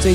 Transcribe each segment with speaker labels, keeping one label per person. Speaker 1: 最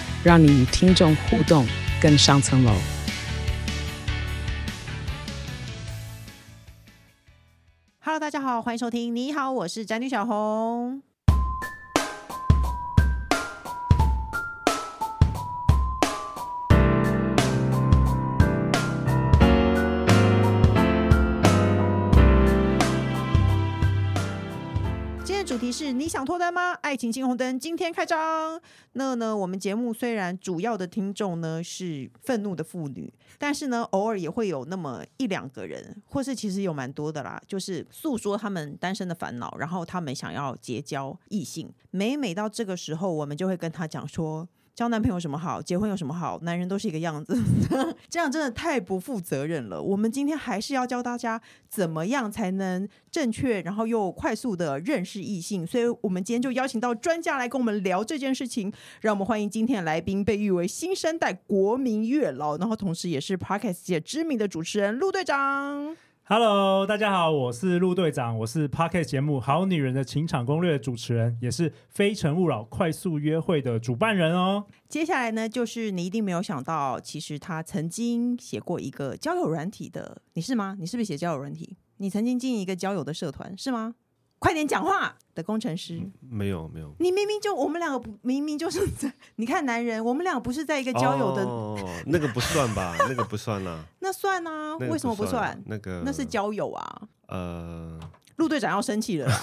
Speaker 1: 让你与听众互动更上层楼。
Speaker 2: Hello，大家好，欢迎收听。你好，我是宅女小红。今天的主题是你想脱单吗？爱情青红灯今天开张。那呢，我们节目虽然主要的听众呢是愤怒的妇女，但是呢，偶尔也会有那么一两个人，或是其实有蛮多的啦，就是诉说他们单身的烦恼，然后他们想要结交异性。每每到这个时候，我们就会跟他讲说。交男朋友有什么好？结婚有什么好？男人都是一个样子， 这样真的太不负责任了。我们今天还是要教大家怎么样才能正确，然后又快速的认识异性。所以，我们今天就邀请到专家来跟我们聊这件事情。让我们欢迎今天的来宾，被誉为新生代国民月老，然后同时也是 Podcast 界知名的主持人陆队长。
Speaker 3: Hello，大家好，我是陆队长，我是 Pocket 节目《好女人的情场攻略》的主持人，也是《非诚勿扰》快速约会的主办人哦。
Speaker 2: 接下来呢，就是你一定没有想到，其实他曾经写过一个交友软体的，你是吗？你是不是写交友软体？你曾经经营一个交友的社团是吗？快点讲话的工程师，
Speaker 4: 没有没有，
Speaker 2: 你明明就我们两个不明明就是在，你看男人，我们两个不是在一个交友的，
Speaker 4: 哦、那个不算 吧？那个不算啦，
Speaker 2: 那算啊？
Speaker 4: 那个
Speaker 2: 为什么不算？
Speaker 4: 那个
Speaker 2: 那是交友啊！
Speaker 4: 呃，
Speaker 2: 陆队长要生气了啦，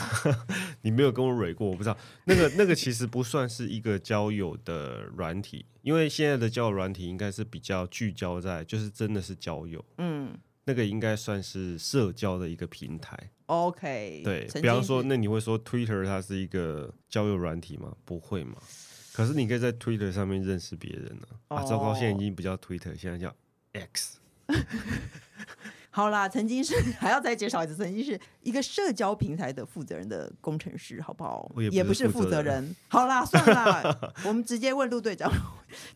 Speaker 4: 你没有跟我蕊过，我不知道。那个那个其实不算是一个交友的软体，因为现在的交友软体应该是比较聚焦在就是真的是交友，
Speaker 2: 嗯
Speaker 4: 那个应该算是社交的一个平台。
Speaker 2: ，OK，
Speaker 4: 对，
Speaker 2: 曾经
Speaker 4: 比方说，那你会说 Twitter 它是一个交友软体吗？不会嘛。可是你可以在 Twitter 上面认识别人呢、啊。啊，糟糕，
Speaker 2: 哦
Speaker 4: 现在已经不叫 Twitter，现在叫 X。
Speaker 2: 好啦，曾经是 还要再介绍一次，曾经是一个社交平台的负责人的工程师，好不好？
Speaker 4: 我也不是
Speaker 2: 不是负
Speaker 4: 负责
Speaker 2: 责人。好啦，算啦，我们直接问陆队长，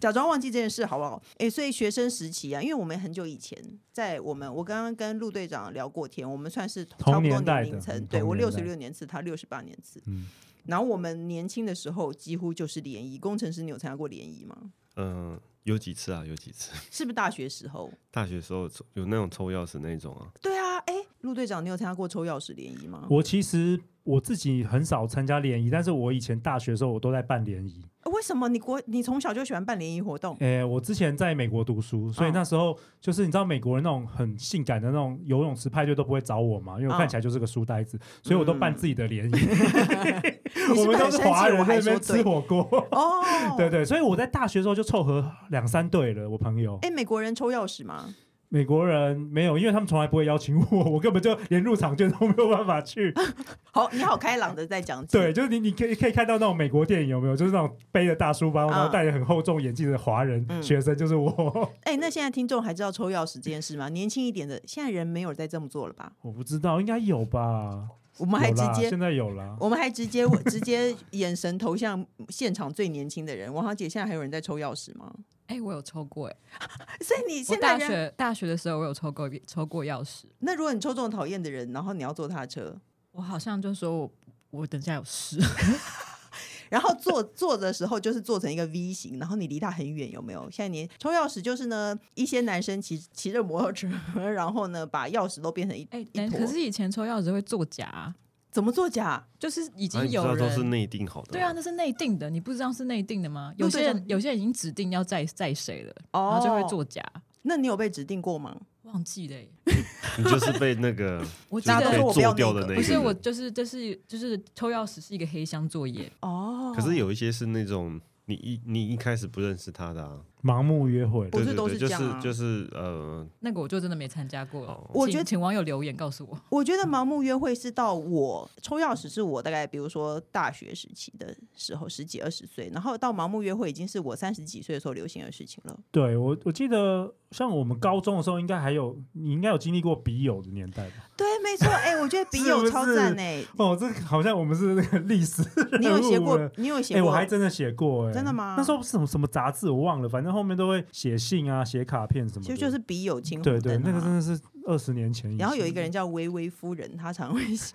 Speaker 2: 假装忘记这件事，好不好？哎、所以学生时期啊，因为我们很久以前在我们，我刚刚跟陆队长聊过天，我们算是差
Speaker 3: 同
Speaker 2: 不多
Speaker 3: 年代
Speaker 2: 年
Speaker 3: 的
Speaker 2: 龄层
Speaker 3: 嗯，
Speaker 2: 对
Speaker 3: 同
Speaker 2: 我
Speaker 3: 年
Speaker 2: 六
Speaker 3: 代
Speaker 2: 十六年次，他六十八年次。
Speaker 3: 嗯
Speaker 2: 然后我们年轻的时候几乎就是联谊，工程师你有参加过联谊吗？
Speaker 4: 嗯，有几次啊，有几次。
Speaker 2: 是不是大学时候？
Speaker 4: 大学时候抽有那种抽钥匙那种啊，
Speaker 2: 对啊，哎、陆队长，你有参加过抽钥匙联谊吗？
Speaker 3: 我其实我自己很少参加联谊，但是我以前大学的时候我都在办联谊。
Speaker 2: 为什么你国你从小就喜欢办联谊活动？
Speaker 3: 诶，我之前在美国读书，所以
Speaker 2: 嗯
Speaker 3: 那时候就是你知道美国人那种很性感的那种游泳池派对都不会找我嘛，因为我
Speaker 2: 嗯
Speaker 3: 看起来就是个书呆子，所以我都办自己的联谊。
Speaker 2: 你
Speaker 3: 嗯 我
Speaker 2: 不
Speaker 3: 们都
Speaker 2: 很
Speaker 3: 是
Speaker 2: 生
Speaker 3: 华
Speaker 2: 气？
Speaker 3: 人
Speaker 2: 我
Speaker 3: 在
Speaker 2: 还
Speaker 3: 那
Speaker 2: 说
Speaker 3: 边吃
Speaker 2: 对
Speaker 3: 火锅。，
Speaker 2: 哦
Speaker 3: 对。对，所以我在大学的时候就凑合两三对了，我朋友。
Speaker 2: 哎，美国人抽钥匙吗？
Speaker 3: 美国人没有，因为他们从来不会邀请我，我根本就连入场券都没有办 法去。
Speaker 2: 好，你好开朗的在讲起。
Speaker 3: 对，就是你，你可以可以看到那种美国电影有没有，就是那种背着大书包，然后戴着很厚重眼镜的华人、
Speaker 2: 嗯
Speaker 3: 学生，就 是我。
Speaker 2: 哎，那现在听众还知道抽钥匙这件事吗？年轻一点的，现在人没有再这么做了吧？
Speaker 3: 我不知道，应该有吧？
Speaker 2: 我们还
Speaker 3: 有
Speaker 2: 直
Speaker 3: 啦
Speaker 2: 接，
Speaker 3: 现在有了。
Speaker 2: 我们还直接直接眼神投向现场最年轻的人。王小姐，现在还有人在抽钥匙吗？
Speaker 5: 哎、我有抽过哎、
Speaker 2: 所以你
Speaker 5: 我
Speaker 2: 现在
Speaker 5: 大
Speaker 2: 人，
Speaker 5: 学大学的时候我有抽过抽过钥匙，
Speaker 2: 那如果你抽中讨厌的人，然后你要坐他的车，
Speaker 5: 我好像就说我我等一下有事，
Speaker 2: 然后坐坐的时候就是做成一个 V 型，然后你离他很远，有没有？现在你抽钥匙就是呢，一些男生骑骑着摩托车， 然后呢把钥匙都变成一、
Speaker 5: 哎、
Speaker 2: 一
Speaker 5: 等
Speaker 2: 坨，
Speaker 5: 可是以前抽钥匙会作假啊、
Speaker 2: 怎么作 假？
Speaker 5: 就是已
Speaker 4: 啊
Speaker 5: 经
Speaker 4: 你知
Speaker 5: 有
Speaker 4: 道都是
Speaker 5: 人。
Speaker 4: 内定好的。哦
Speaker 5: 对啊，，那是内定的，你不知道是内定的吗？有
Speaker 2: 陆队
Speaker 5: 些人
Speaker 2: 长
Speaker 5: 有些人已经指定要载载谁了，然
Speaker 2: 哦
Speaker 5: 后就会作假，
Speaker 2: 那你有被指定过吗？
Speaker 5: 忘记了耶。欸
Speaker 4: 你就是被 那个
Speaker 5: 我记
Speaker 4: 就
Speaker 2: 大
Speaker 4: 是
Speaker 2: 家都
Speaker 4: 被
Speaker 2: 说
Speaker 5: 得
Speaker 2: 我不哦要
Speaker 4: 做掉的
Speaker 2: 那
Speaker 4: 那
Speaker 2: 个
Speaker 4: 个。
Speaker 5: 不是我，就是就是就是抽钥匙是一个黑箱作业，
Speaker 2: 哦，
Speaker 4: 可是有一些是那种你一你一开始不认识他的啊，
Speaker 3: 盲目约会
Speaker 2: 不
Speaker 4: 对
Speaker 2: 是
Speaker 4: 对
Speaker 2: 都
Speaker 4: 对，
Speaker 2: 是
Speaker 4: 就
Speaker 2: 这样啊
Speaker 4: 是就是呃，
Speaker 5: 那个我就真的没参加过了
Speaker 4: 哦。
Speaker 2: 我
Speaker 5: 请
Speaker 2: 觉得
Speaker 5: 请网友留言告诉我，
Speaker 2: 我觉得盲目约会是到我抽钥匙是我大概比如说大学时期的时候，十几二十岁，然后到盲目约会已经是我三十几岁的时候流行的事情了。
Speaker 3: 对我我记得，像我们高中的时候，应该还有你应该有经历过笔友的年代吧？
Speaker 2: 对，没错，哎、我 觉得笔
Speaker 3: 是
Speaker 2: 友
Speaker 3: 不
Speaker 2: 超
Speaker 3: 是
Speaker 2: 赞哎、
Speaker 3: 哦，这个好像我们是那个历史
Speaker 2: 你有
Speaker 3: 人物啊
Speaker 2: 写过
Speaker 3: 了？
Speaker 2: 你有写
Speaker 3: 哎、
Speaker 2: 过？
Speaker 3: 我还真的写过、哎，
Speaker 2: 真的吗
Speaker 3: 那时候是什么什么杂志我忘了，反正后面都会写信啊、写卡片什么的。
Speaker 2: 就就是笔友情
Speaker 3: 对
Speaker 2: 红
Speaker 3: 对，
Speaker 2: 灯、啊、
Speaker 3: 那个真的是二十年前以前。
Speaker 2: 然后有一个人叫薇薇夫人，她常会写。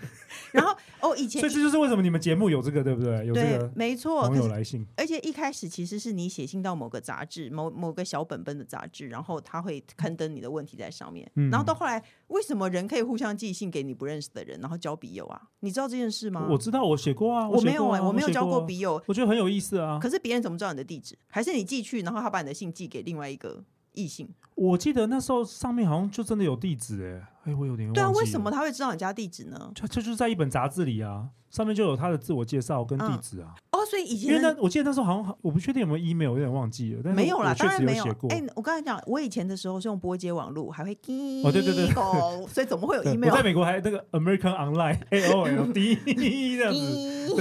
Speaker 2: 然后哦，以前
Speaker 3: 所以这就是为什么你们节目有这个，对不对？有这
Speaker 2: 对
Speaker 3: 个，
Speaker 2: 没错，可
Speaker 3: 网友
Speaker 2: 是
Speaker 3: 来信，
Speaker 2: 而且一开始其实是你写信到某个杂志、某某个小本本的杂志，然后他会刊登你的问题在上面。
Speaker 3: 嗯
Speaker 2: 然后到后来，为什么人可以互相寄信给你不认识的人，然后交笔友啊？你知道这件事吗？
Speaker 3: 我知道我写过啊，
Speaker 2: 我
Speaker 3: 写
Speaker 2: 没有
Speaker 3: 过啊
Speaker 2: 哎、我没有
Speaker 3: 写
Speaker 2: 交过
Speaker 3: 啊，
Speaker 2: 笔友，
Speaker 3: 我觉得很有意思啊。
Speaker 2: 可是别人怎么知道你的地址？还是你寄去，然后他把你的信寄给另外一个异性？
Speaker 3: 我记得那时候上面好像就真的有地址、哎，哎，我有点忘记
Speaker 2: 对啊，为什
Speaker 3: 了
Speaker 2: 么他会知道你家地址呢？
Speaker 3: 他这就是在一本杂志里啊，上面就有他的自我介绍跟地址啊。
Speaker 2: 哦，所以以前
Speaker 3: 因为
Speaker 2: 的
Speaker 3: 那我记得那时候好像我不确定有没有 email，有点忘记了。但是
Speaker 2: 没有啦，
Speaker 3: 我
Speaker 2: 当
Speaker 3: 确
Speaker 2: 然
Speaker 3: 实
Speaker 2: 没
Speaker 3: 写过。
Speaker 2: 哎、我刚才讲，我以前的时候是用拨接网络，还会叮
Speaker 3: 哦对对 对
Speaker 2: 咚所以怎么会有
Speaker 3: 对
Speaker 2: 呃 email？
Speaker 3: 我在美国还那个 American Online A O L D 这样子。
Speaker 2: 叮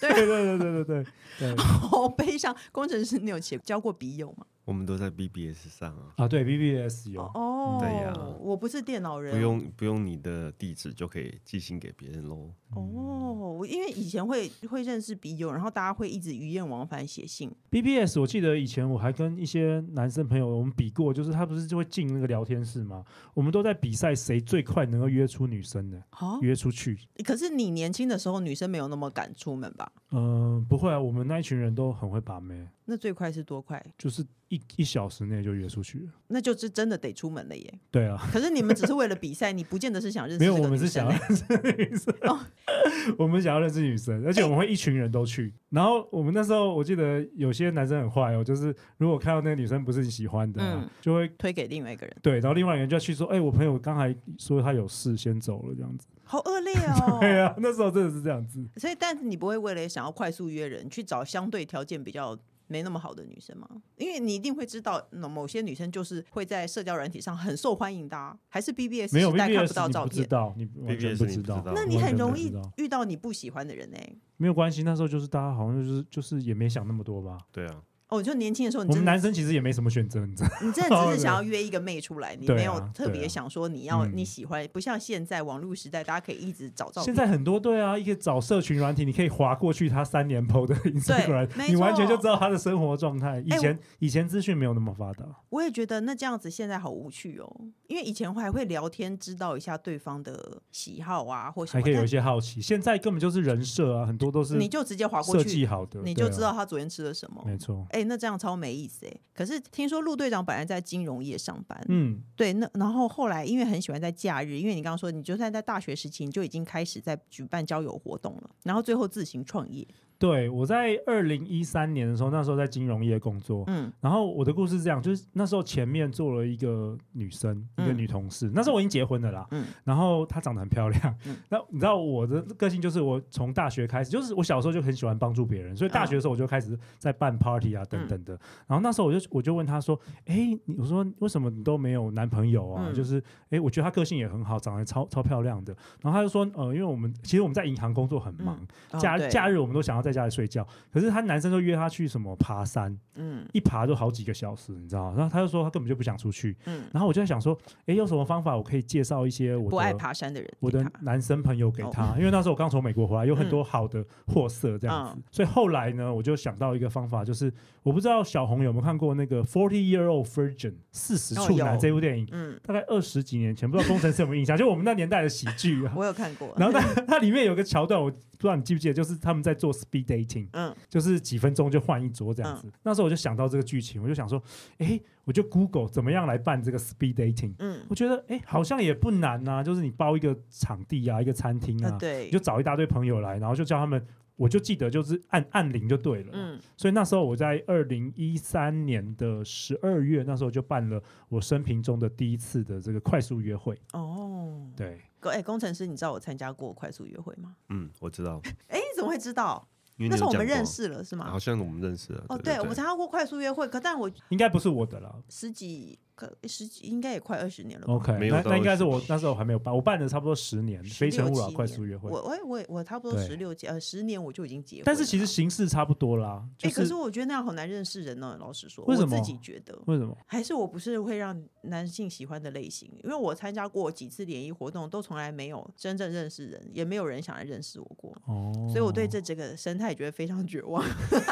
Speaker 3: 对
Speaker 2: 对
Speaker 3: 对对对对对对 对
Speaker 2: 好哦悲伤。工程师，你有写交过笔友吗？
Speaker 4: 我们都在 BBS 上啊，
Speaker 3: 啊，对 BBS 有。
Speaker 2: 哦，
Speaker 4: 对呀
Speaker 2: 我不是电脑人，
Speaker 4: 不用不用你的地址就可以寄信给别人喽。
Speaker 3: 嗯
Speaker 2: 哦。我因为以前会会认识笔友，然后大家会一直鱼雁往返写信。
Speaker 3: BBS 我记得以前我还跟一些男生朋友我们比过，就是他不是就会进那个聊天室吗？我们都在比赛谁最快能够约出女生的，
Speaker 2: 哦，
Speaker 3: 约出去。
Speaker 2: 可是你年轻的时候，女生没有那么敢出门吧？
Speaker 3: 嗯、不会啊，我们那一群人都很会把妹，
Speaker 2: 那最快是多快？
Speaker 3: 就是一一小时内就约出去了。
Speaker 2: 那就是真的得出门了耶。
Speaker 3: 对啊，
Speaker 2: 可是你们只是为了比赛，你不见得是想认识
Speaker 3: 没
Speaker 2: 这
Speaker 3: 有，
Speaker 2: 个女
Speaker 3: 我
Speaker 2: 生欸。哦哎
Speaker 3: 们是想要认识女生， 我们想要认识女生，而且我们会一群人都去。然后我们那时候我记得有些男生很坏哦，就是如果看到那个女生不是你喜欢的啊、
Speaker 2: 嗯
Speaker 3: 就会
Speaker 2: 推给另外一个人。
Speaker 3: 对，然后另外一个人就要去说，哎、我朋友刚才说他有事，先走了这样子。
Speaker 2: 好恶劣哦。
Speaker 3: 对啊，那时候真的是这样子。
Speaker 2: 所以，但是你不会为了想要快速约人去找相对条件比较没那么好的女生吗？因为你一定会知道，那某些女生就是会在社交软体上很受欢迎的、啊，还是 BBS
Speaker 3: 没有
Speaker 2: 时代看
Speaker 3: BBS
Speaker 2: 不到
Speaker 3: 你
Speaker 2: 照
Speaker 3: 不知
Speaker 2: 片。
Speaker 3: 道，你完全
Speaker 4: BBS
Speaker 3: 不
Speaker 4: 你
Speaker 3: 知
Speaker 4: 不知
Speaker 3: 道
Speaker 4: 道。
Speaker 2: 那你
Speaker 3: 完
Speaker 2: 很
Speaker 3: 全
Speaker 2: 容
Speaker 3: 不知
Speaker 2: 易
Speaker 3: 道
Speaker 2: 遇到你不喜欢的人呢、欸
Speaker 3: 没有关系，那时候就是大家好像就是就是也没想那么多吧。
Speaker 4: 对啊，
Speaker 2: 哦，就年轻的时候，你
Speaker 3: 我们
Speaker 2: 真的
Speaker 3: 男生其实也没什么选择，你知道吗。
Speaker 2: 你真的 只是想要约一个妹出来，你
Speaker 3: 对啊
Speaker 2: 没有特
Speaker 3: 对
Speaker 2: 别
Speaker 3: 啊
Speaker 2: 想说你要
Speaker 3: 嗯
Speaker 2: 你喜欢，不像现在网络时代，大家可以一直找照
Speaker 3: 现
Speaker 2: 片。
Speaker 3: 在很多对啊，一个找社群软体，你可以划过去他三年 PO 的 Instagram，
Speaker 2: 没
Speaker 3: 你完全
Speaker 2: 错
Speaker 3: 就知道他的生活状态。以
Speaker 2: 哎
Speaker 3: 前、以前资讯没有那么发达，
Speaker 2: 我也觉得那这样子现在好无趣哦，因为以前还会聊天，知道一下对方的喜好啊，或什
Speaker 3: 还
Speaker 2: 么，
Speaker 3: 可以有
Speaker 2: 但
Speaker 3: 一些好奇。现在根本就是人设啊，很多都是
Speaker 2: 你就直接划过
Speaker 3: 设
Speaker 2: 去，
Speaker 3: 计好的，
Speaker 2: 你
Speaker 3: 对
Speaker 2: 就
Speaker 3: 啊
Speaker 2: 知道他昨天吃了什么。
Speaker 3: 没错。
Speaker 2: 哎、那这样超没意思哎、可是听说陆队长本来在金融业上班，
Speaker 3: 嗯，
Speaker 2: 对，那然后后来因为很喜欢在假日，因为你刚刚说你就算在大学时期你就已经开始在举办交友活动了，然后最后自行创业。
Speaker 3: 对，我在二零一三年的时候，那时候在金融业工作，
Speaker 2: 嗯
Speaker 3: 然后我的故事是这样，就是那时候前面坐了一个女生，一个
Speaker 2: 嗯
Speaker 3: 女同事，那时候我已经结婚了啦。
Speaker 2: 嗯
Speaker 3: 然后她长得很漂亮
Speaker 2: 嗯。
Speaker 3: 那、你知道我的个性就是我从大学开始，就是我小时候就很喜欢帮助别人，所以大学的时候我就开始在办 party 啊
Speaker 2: 嗯
Speaker 3: 等等的。然后那时候我就我就问她说：“哎，你我说为什么你都没有男朋友啊？
Speaker 2: 嗯
Speaker 3: 就是哎，我觉得她个性也很好，长得超超漂亮的。”然后她就说：“呃，因为我们其实我们在银行工作很忙，
Speaker 2: 哦
Speaker 3: 假
Speaker 2: 对
Speaker 3: 假日我们都想要在家里睡觉，可是她男生就约她去什么爬山。”
Speaker 2: 嗯
Speaker 3: 一爬就好几个小时，你知道吗？然后他就说他根本就不想出去。
Speaker 2: 嗯，
Speaker 3: 然后我就在想说，诶，有什么方法我可以介绍一些我的
Speaker 2: 不爱爬山的人，
Speaker 3: 我的男生朋友给
Speaker 2: 哦
Speaker 3: 他？因为那时候我刚从美国回来，有很多好的货色这样子。
Speaker 2: 嗯
Speaker 3: 所以后来呢，我就想到一个方法，就是我不知道小红有没有看过那个《Forty Year Old Virgin》四十
Speaker 2: 哦
Speaker 3: 处男
Speaker 2: 有
Speaker 3: 这部电影，
Speaker 2: 嗯，
Speaker 3: 大概二十几年前，不知道工程师有没有印象？就 我们那年代的喜剧啊。
Speaker 2: 我有看过。
Speaker 3: 然后它它里面有个桥段，我不知道你记不记得，就是他们在做 speed dating，
Speaker 2: 嗯
Speaker 3: 就是几分钟就换一桌这样子。那时候我就想到这个剧情，我就想说，哎，我就 Google 怎么样来办这个 speed dating。
Speaker 2: 嗯
Speaker 3: 我觉得，哎，好像也不难呐、就是你包一个场地啊，一个餐厅啊，
Speaker 2: 啊对
Speaker 3: 你就，找一大堆朋友来，然后就叫他们，我就记得就是按按铃就对了。
Speaker 2: 嗯
Speaker 3: 所以那时候我在二零一三年的十二月，那时候就办了我生平中的第一次的这个快速约会。
Speaker 2: 哦，
Speaker 3: 对，
Speaker 2: 哎、工程师，你知道我参加过快速约会吗？
Speaker 4: 嗯，我知道，
Speaker 2: 哎、你怎么会知道？
Speaker 4: 因为
Speaker 2: 那
Speaker 4: 你
Speaker 2: 时
Speaker 4: 有
Speaker 2: 候我
Speaker 4: 讲
Speaker 2: 们
Speaker 4: 过啊
Speaker 3: 啊
Speaker 2: 认识了是吗
Speaker 4: 好？像我们认识了。
Speaker 2: 哦，
Speaker 4: 对
Speaker 2: 对，我们参加过快速约会，可但我
Speaker 3: 应该不是我的啦。
Speaker 2: 十几可十几应该也快二十年了吧。
Speaker 3: OK，
Speaker 4: 没有
Speaker 3: 那
Speaker 4: 到
Speaker 3: 那应该是
Speaker 4: 20
Speaker 3: 我那时候还没有办，我办了差不多十年《
Speaker 2: 16
Speaker 3: 非诚勿扰
Speaker 2: 17》
Speaker 3: 快速约会
Speaker 2: 我，我我我差不多
Speaker 3: 对
Speaker 2: 十六届呃十年我就已经结婚了，
Speaker 3: 但是其实形式差不多啦。就
Speaker 2: 哎、可是我觉得那样好难认识人呢、老实说，
Speaker 3: 为什么
Speaker 2: 我自己觉得，
Speaker 3: 为什么？
Speaker 2: 还是我不是会让男性喜欢的类型，因为我参加过几次联谊活动，都从来没有真正认识人，也没有人想来认识我过，
Speaker 3: 哦，
Speaker 2: 所以我对这这个生态觉得非常绝望。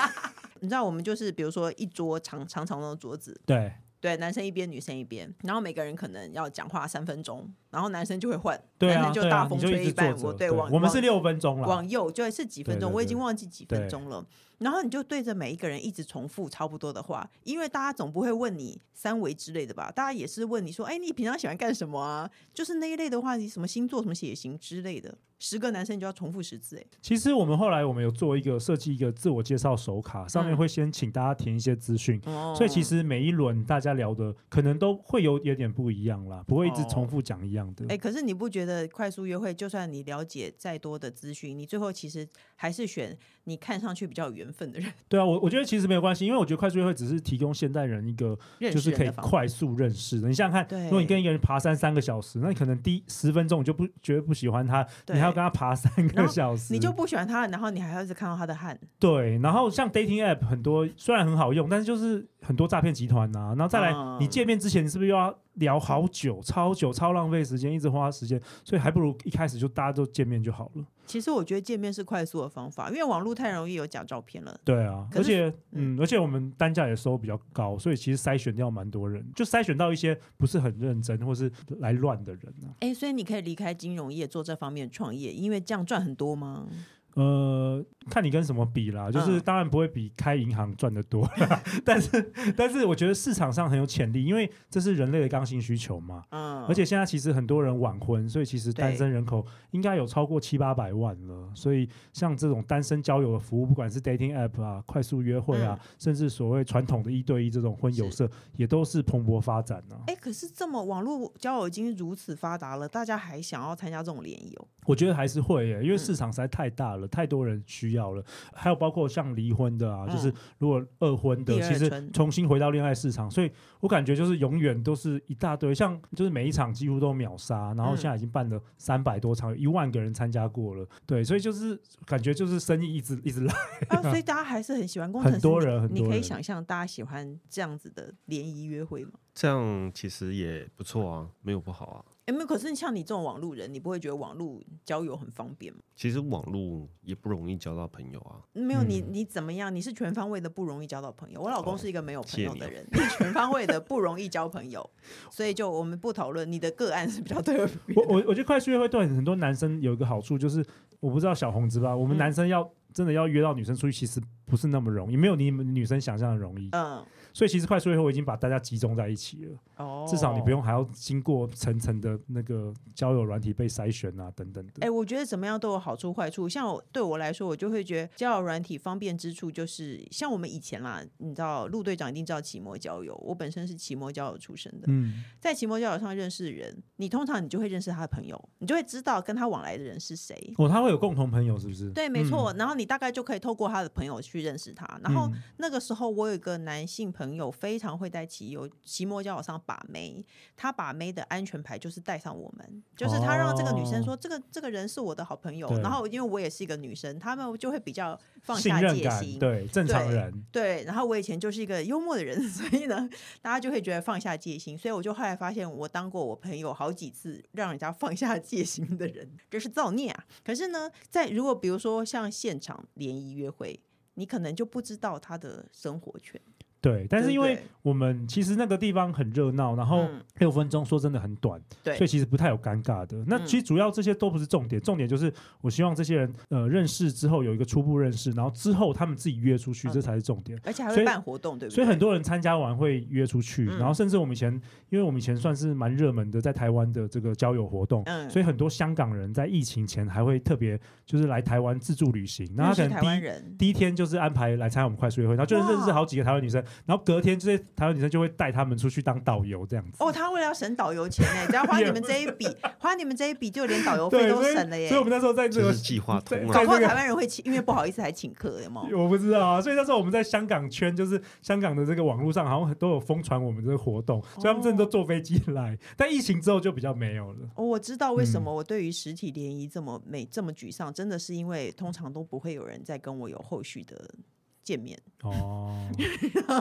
Speaker 2: 你知道，我们就是比如说一桌长长长的桌子，
Speaker 3: 对
Speaker 2: 对，男生一边，女生一边，然后每个人可能要讲话三分钟，然后男生就会换，
Speaker 3: 对
Speaker 2: 男
Speaker 3: 啊，
Speaker 2: 生
Speaker 3: 对
Speaker 2: 大
Speaker 3: 啊
Speaker 2: 风
Speaker 3: 你就
Speaker 2: 吹
Speaker 3: 一
Speaker 2: 一
Speaker 3: 直
Speaker 2: 半，
Speaker 3: 坐
Speaker 2: 我
Speaker 3: 着
Speaker 2: 对往
Speaker 3: 我们是
Speaker 2: 往
Speaker 3: 六分钟啦。
Speaker 2: 往右就是几分钟，
Speaker 3: 对对
Speaker 2: 我已经
Speaker 3: 对
Speaker 2: 忘记几分
Speaker 3: 对
Speaker 2: 钟了。然后你就对着每一个人一直重复差不多的话，因为大家总不会问你三围之类的吧？大家也是问你说，哎，你平常喜欢干什么啊？就是那一类的话，你什么星座、什么血型之类的，十个男生你就要重复十次、哎，
Speaker 3: 其实我们后来我们有做一个设计一个自我介绍手卡，上面
Speaker 2: 嗯
Speaker 3: 会先请大家填一些资讯，
Speaker 2: 哦
Speaker 3: 所以其实每一轮大家聊的可能都会有有点不一样啦，不会一直
Speaker 2: 哦
Speaker 3: 重复讲一样的。
Speaker 2: 哎、可是你不觉得快速约会，就算你了解再多的资讯，你最后其实还是选你看上去比较有缘分的人
Speaker 3: 对啊，我我觉得其实没有关系，因为我觉得快速约会只是提供现代人一个
Speaker 2: 认
Speaker 3: 就
Speaker 2: 识
Speaker 3: 是
Speaker 2: 人
Speaker 3: 可以
Speaker 2: 的方法。
Speaker 3: 快速认识的。你想想看，
Speaker 2: 对
Speaker 3: 如果你跟一个人爬山三个小时，那你可能第十分钟你就不觉得不喜欢他，你
Speaker 2: 对
Speaker 3: 还要跟他爬三
Speaker 2: 然
Speaker 3: 个
Speaker 2: 后
Speaker 3: 小时，
Speaker 2: 你就不喜欢他，然后你还要一直看到他的汗，
Speaker 3: 对。然后像 dating app 很多虽然很好用，但是就是很多诈骗集团呐、然后再来，
Speaker 2: 嗯
Speaker 3: 你见面之前你是不是又要聊好久、超久、超浪费时间，一直花时间？所以还不如一开始就大家都见面就好了。
Speaker 2: 其实我觉得见面是快速的方法，因为网络太容易有假照片了。
Speaker 3: 对啊，
Speaker 2: 可
Speaker 3: 而
Speaker 2: 是
Speaker 3: 且嗯，而且我们单价也收比较高，所以其实筛选掉蛮多人，就筛选到一些不是很认真或是来乱的人啊。
Speaker 2: 哎，所以你可以离开金融业做这方面的创业，因为这样赚很多吗？
Speaker 3: 呃，看你跟什么比啦，就是
Speaker 2: 嗯
Speaker 3: 当然不会比开银行赚得多啦但是但是我觉得市场上很有潜力，因为这是人类的刚性需求嘛。
Speaker 2: 嗯，
Speaker 3: 而且现在其实很多人晚婚，所以其实单身人口应该有超过七八百万了。所以像这种单身交友的服务，不管是 dating app 啊、快速约会啊，
Speaker 2: 嗯
Speaker 3: 甚至所谓传统的一对一这种婚友社，也都是蓬勃发展啊呢、
Speaker 2: 哎，可是这么网络交友已经如此发达了，大家还想要参加这种联谊哦？
Speaker 3: 我觉得还是会耶，因为
Speaker 2: 嗯
Speaker 3: 市场实在太大了，太多人需要了。还有包括像离婚的啊，
Speaker 2: 嗯
Speaker 3: 就是如果二婚的，
Speaker 2: 第二
Speaker 3: 其实
Speaker 2: 春
Speaker 3: 重新回到恋爱市场，所以我感觉就是永远都是一大堆，像就是每一场几乎都秒杀，然后
Speaker 2: 嗯
Speaker 3: 现在已经办了三百多场，有一万个人参加过了，对，所以就是感觉就是生意一直一直来，
Speaker 2: 啊，所以大家还是很喜欢工程师。
Speaker 3: 很多
Speaker 2: 你
Speaker 3: 人很多
Speaker 2: 你可以
Speaker 3: 人
Speaker 2: 想象大家喜欢这样子的联谊约会吗？
Speaker 4: 这样其实也不错啊，没有不好啊。
Speaker 2: 哎，没有。可是像你这种网路人，你不会觉得网路交友很方便吗？
Speaker 4: 其实网络也不容易交到朋友啊，
Speaker 2: 没有你，
Speaker 3: 嗯
Speaker 2: 你怎么样？你是全方位的不容易交到朋友。我老公
Speaker 4: 哦
Speaker 2: 是一个没有朋
Speaker 4: 谢
Speaker 2: 友
Speaker 4: 你
Speaker 2: 的
Speaker 4: 哦
Speaker 2: 人，你全方位的不容易交朋友，所以就我们不讨论你的个案是比较特别
Speaker 3: 我我我觉得快速约会对很多男生有一个好处，就是我不知道小红知吧，我们
Speaker 2: 嗯
Speaker 3: 男生要真的要约到女生出去，其实不是那么容易，没有你们女生想象的容易。
Speaker 2: 嗯，
Speaker 3: 所以其实快速约会我已经把大家集中在一起了，
Speaker 2: 哦
Speaker 3: 至少你不。用还要经过层层的那个交友软体被筛选啊等等
Speaker 2: 哎、
Speaker 3: 的。
Speaker 2: 我觉得怎么样都有好处坏处。像我对我来说，我就会觉得交友软体方便之处就是，像我们以前啦，你知道陆队长一定知道奇摩交友，我本身是奇摩交友出身的，
Speaker 3: 嗯，
Speaker 2: 在奇摩交友上认识人，你通常你就会认识他的朋友，你就会知道跟他往来的人是谁。
Speaker 3: 哦，他会有共同朋友是不是？
Speaker 2: 对，没错。然后你大概就可以透过他的朋友去认识他。然后
Speaker 3: 嗯
Speaker 2: 那个时候，我有一个男性朋友非常会在骑游骑摩交友上把妹，他把妹的安全牌就是带上我们，就是他让这个女生说、这个这个人是我的好朋友
Speaker 3: 哦对，
Speaker 2: 然后因为我也是一个女生，他们就会比较放
Speaker 3: 信
Speaker 2: 下
Speaker 3: 任
Speaker 2: 戒
Speaker 3: 感
Speaker 2: 心。
Speaker 3: 对正常人，
Speaker 2: 对，然后我以前就是一个幽默的人， 所以呢，大家就会觉得放下戒心，所以我就后来发现，我当过我朋友好几次让人家放下戒心的人，这是造孽啊！可是呢，在如果比如说像现场联谊约会，你可能就不知道他的生活圈，
Speaker 3: 对。但是
Speaker 2: 对
Speaker 3: 因
Speaker 2: 不
Speaker 3: 为我们其实那个地方很热闹，然后
Speaker 2: 嗯
Speaker 3: 六分钟说真的很短，
Speaker 2: 对
Speaker 3: 所以其实不太有尴尬的。那
Speaker 2: 嗯
Speaker 3: 其实主要这些都不是重点，重点就是我希望这些人呃认识之后有一个初步认识，然后之后他们自己约出去，
Speaker 2: 嗯
Speaker 3: 这才是重点。
Speaker 2: 而且还
Speaker 3: 所
Speaker 2: 会
Speaker 3: 以
Speaker 2: 办活动，对不对？
Speaker 3: 所以很多人参加完会约出去，
Speaker 2: 嗯
Speaker 3: 然后甚至我们以前，因为我们以前算是蛮热门的在台湾的这个交友活动，
Speaker 2: 嗯
Speaker 3: 所以很多香港人在疫情前还会特别就是来台湾自助旅行，然后
Speaker 2: 认
Speaker 3: 他
Speaker 2: 识台
Speaker 3: 可能第
Speaker 2: 湾
Speaker 3: 一
Speaker 2: 人，
Speaker 3: 第一天就是安排来参加我们快速约会，然后就认识
Speaker 2: 哇
Speaker 3: 好几个台湾女生，然后隔天这些台湾女生就会带他们出去当导游这样子。
Speaker 2: 哦，他为了要省导游钱呢，只要花你们这一 笔，花你们这一笔，就连导游哦费
Speaker 3: 对，
Speaker 2: 都
Speaker 3: 所以
Speaker 2: 省了耶
Speaker 3: 所以。我们那时候在这
Speaker 4: 就
Speaker 3: 个
Speaker 4: 是计划通啊
Speaker 2: 搞
Speaker 3: 在。
Speaker 4: 了
Speaker 2: 不好
Speaker 3: 这个
Speaker 2: 台湾人会请，因为不好意思还请客，有吗？
Speaker 3: 我不知道啊，所以那时候我们在香港圈，就是香港的这个网络上，好像都有疯传我们这个活
Speaker 2: 哦
Speaker 3: 动，所以他们真的都坐飞机来。但疫情之后就比较没有了。
Speaker 2: 哦，我知道为什
Speaker 3: 嗯
Speaker 2: 么我对于实体联谊这么美、这么沮丧，真的是因为通常都不会有人再跟我有后续的见面，
Speaker 3: 哦，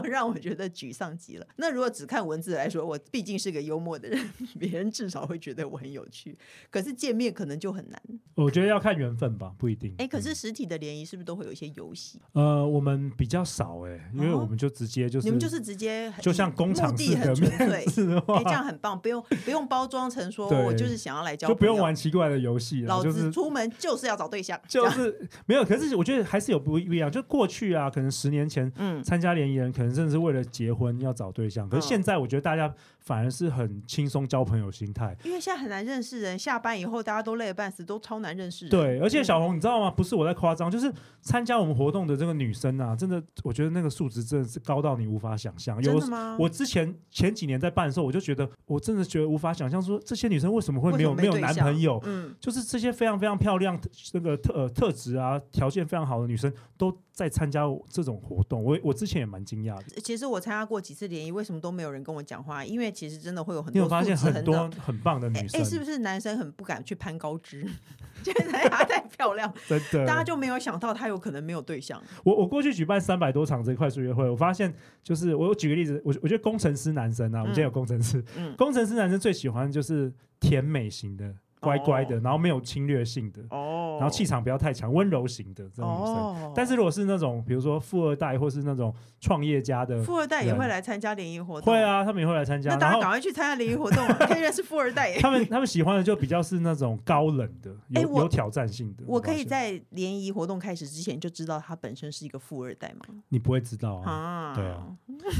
Speaker 2: 让我觉得沮丧极了。那如果只看文字来说，我毕竟是个幽默的人， 别人至少会觉得我很有趣。可是见面可能就很难。
Speaker 3: 我觉得要看缘分吧，不一定。
Speaker 2: 哎、可是实体的联谊是不是都会有一些游戏？
Speaker 3: 呃，我们比较少哎、因为
Speaker 2: 哦
Speaker 3: 我们就直接就是
Speaker 2: 你们就是直接很
Speaker 3: 就像工厂
Speaker 2: 目
Speaker 3: 式
Speaker 2: 的很
Speaker 3: 的
Speaker 2: 纯粹
Speaker 3: 面。试的
Speaker 2: 哎、
Speaker 3: 话，
Speaker 2: 这样很棒， 不用不用包装成说
Speaker 3: 对
Speaker 2: 我就是想要来交，
Speaker 3: 就不用玩，奇怪的游戏了，
Speaker 2: 老
Speaker 3: 就是
Speaker 2: 子出门就是要找对象，
Speaker 3: 就
Speaker 2: 这样
Speaker 3: 是没有。可是我觉得还是有不一不一样，就过去啊，可能十年前
Speaker 2: 嗯，
Speaker 3: 参加联谊人可能真的是为了结婚要找对象，可
Speaker 2: 嗯
Speaker 3: 是现在我觉得大家反而是很轻松交朋友心态。
Speaker 2: 因为现在很难认识人，下班以后大家都累得半死，都超难认识人。嗯
Speaker 3: 对，而且小红，你知道吗？不是我在夸张，就是参加我们活动的这个女生啊，真的，我觉得那个素质真的是高到你无法想象。有
Speaker 2: 真
Speaker 3: 的
Speaker 2: 的吗？
Speaker 3: 我之前前几年在办的时候，我就觉得我真的觉得无法想象，说这些女生为什么会
Speaker 2: 为什
Speaker 3: 没有
Speaker 2: 么
Speaker 3: 没有
Speaker 2: 对
Speaker 3: 男
Speaker 2: 象
Speaker 3: 朋友，
Speaker 2: 嗯，
Speaker 3: 就是这些非常非常漂亮、这个特呃特质啊、条件非常好的女生都在参加这种活动，我我之前也蛮惊讶的。
Speaker 2: 其实我参加过几次联谊，为什么都没有人跟我讲话？因为其实真的会有很
Speaker 3: 你
Speaker 2: 多
Speaker 3: 有发现
Speaker 2: 素质
Speaker 3: 很
Speaker 2: 很
Speaker 3: 多
Speaker 2: 冷
Speaker 3: 很棒的
Speaker 2: 哎
Speaker 3: 女
Speaker 2: 哎、
Speaker 3: 生，
Speaker 2: 是不是男生很不敢去攀高枝， 觉得她太漂 亮，
Speaker 3: 真的，
Speaker 2: 大家就没有想到她有可能没有对象。
Speaker 3: 我我过去举办三百多场这个快速约会，我发现就是我举个例子，我我觉得工程师男生啊，我们今天有工程师，
Speaker 2: 嗯
Speaker 3: 工程师男生最喜欢就是甜美型的、乖乖的，然后没有侵略性的，
Speaker 2: 哦
Speaker 3: 然后气场不要太强、温柔型的这种女生。
Speaker 2: 哦，
Speaker 3: 但是如果是那种比如说富二代或是那种创业家的，
Speaker 2: 富二代也
Speaker 3: 人
Speaker 2: 会来参加联谊活动，
Speaker 3: 会。啊，他们也会来参加。
Speaker 2: 那大
Speaker 3: 然
Speaker 2: 家
Speaker 3: 后
Speaker 2: 赶快去参加联谊活动啊，可以认识富二代耶。
Speaker 3: 他们他们喜欢的就比较是那种高冷的，有、
Speaker 2: 哎我
Speaker 3: 有挑战性的。
Speaker 2: 我可
Speaker 3: 发
Speaker 2: 以
Speaker 3: 现
Speaker 2: 在联谊活动开始之前就知道他本身是一个富二代吗？
Speaker 3: 你不会知道啊，
Speaker 2: 啊，
Speaker 3: 对啊，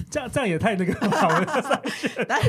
Speaker 3: 这样这样也太那个了吧。我 就上去
Speaker 2: 但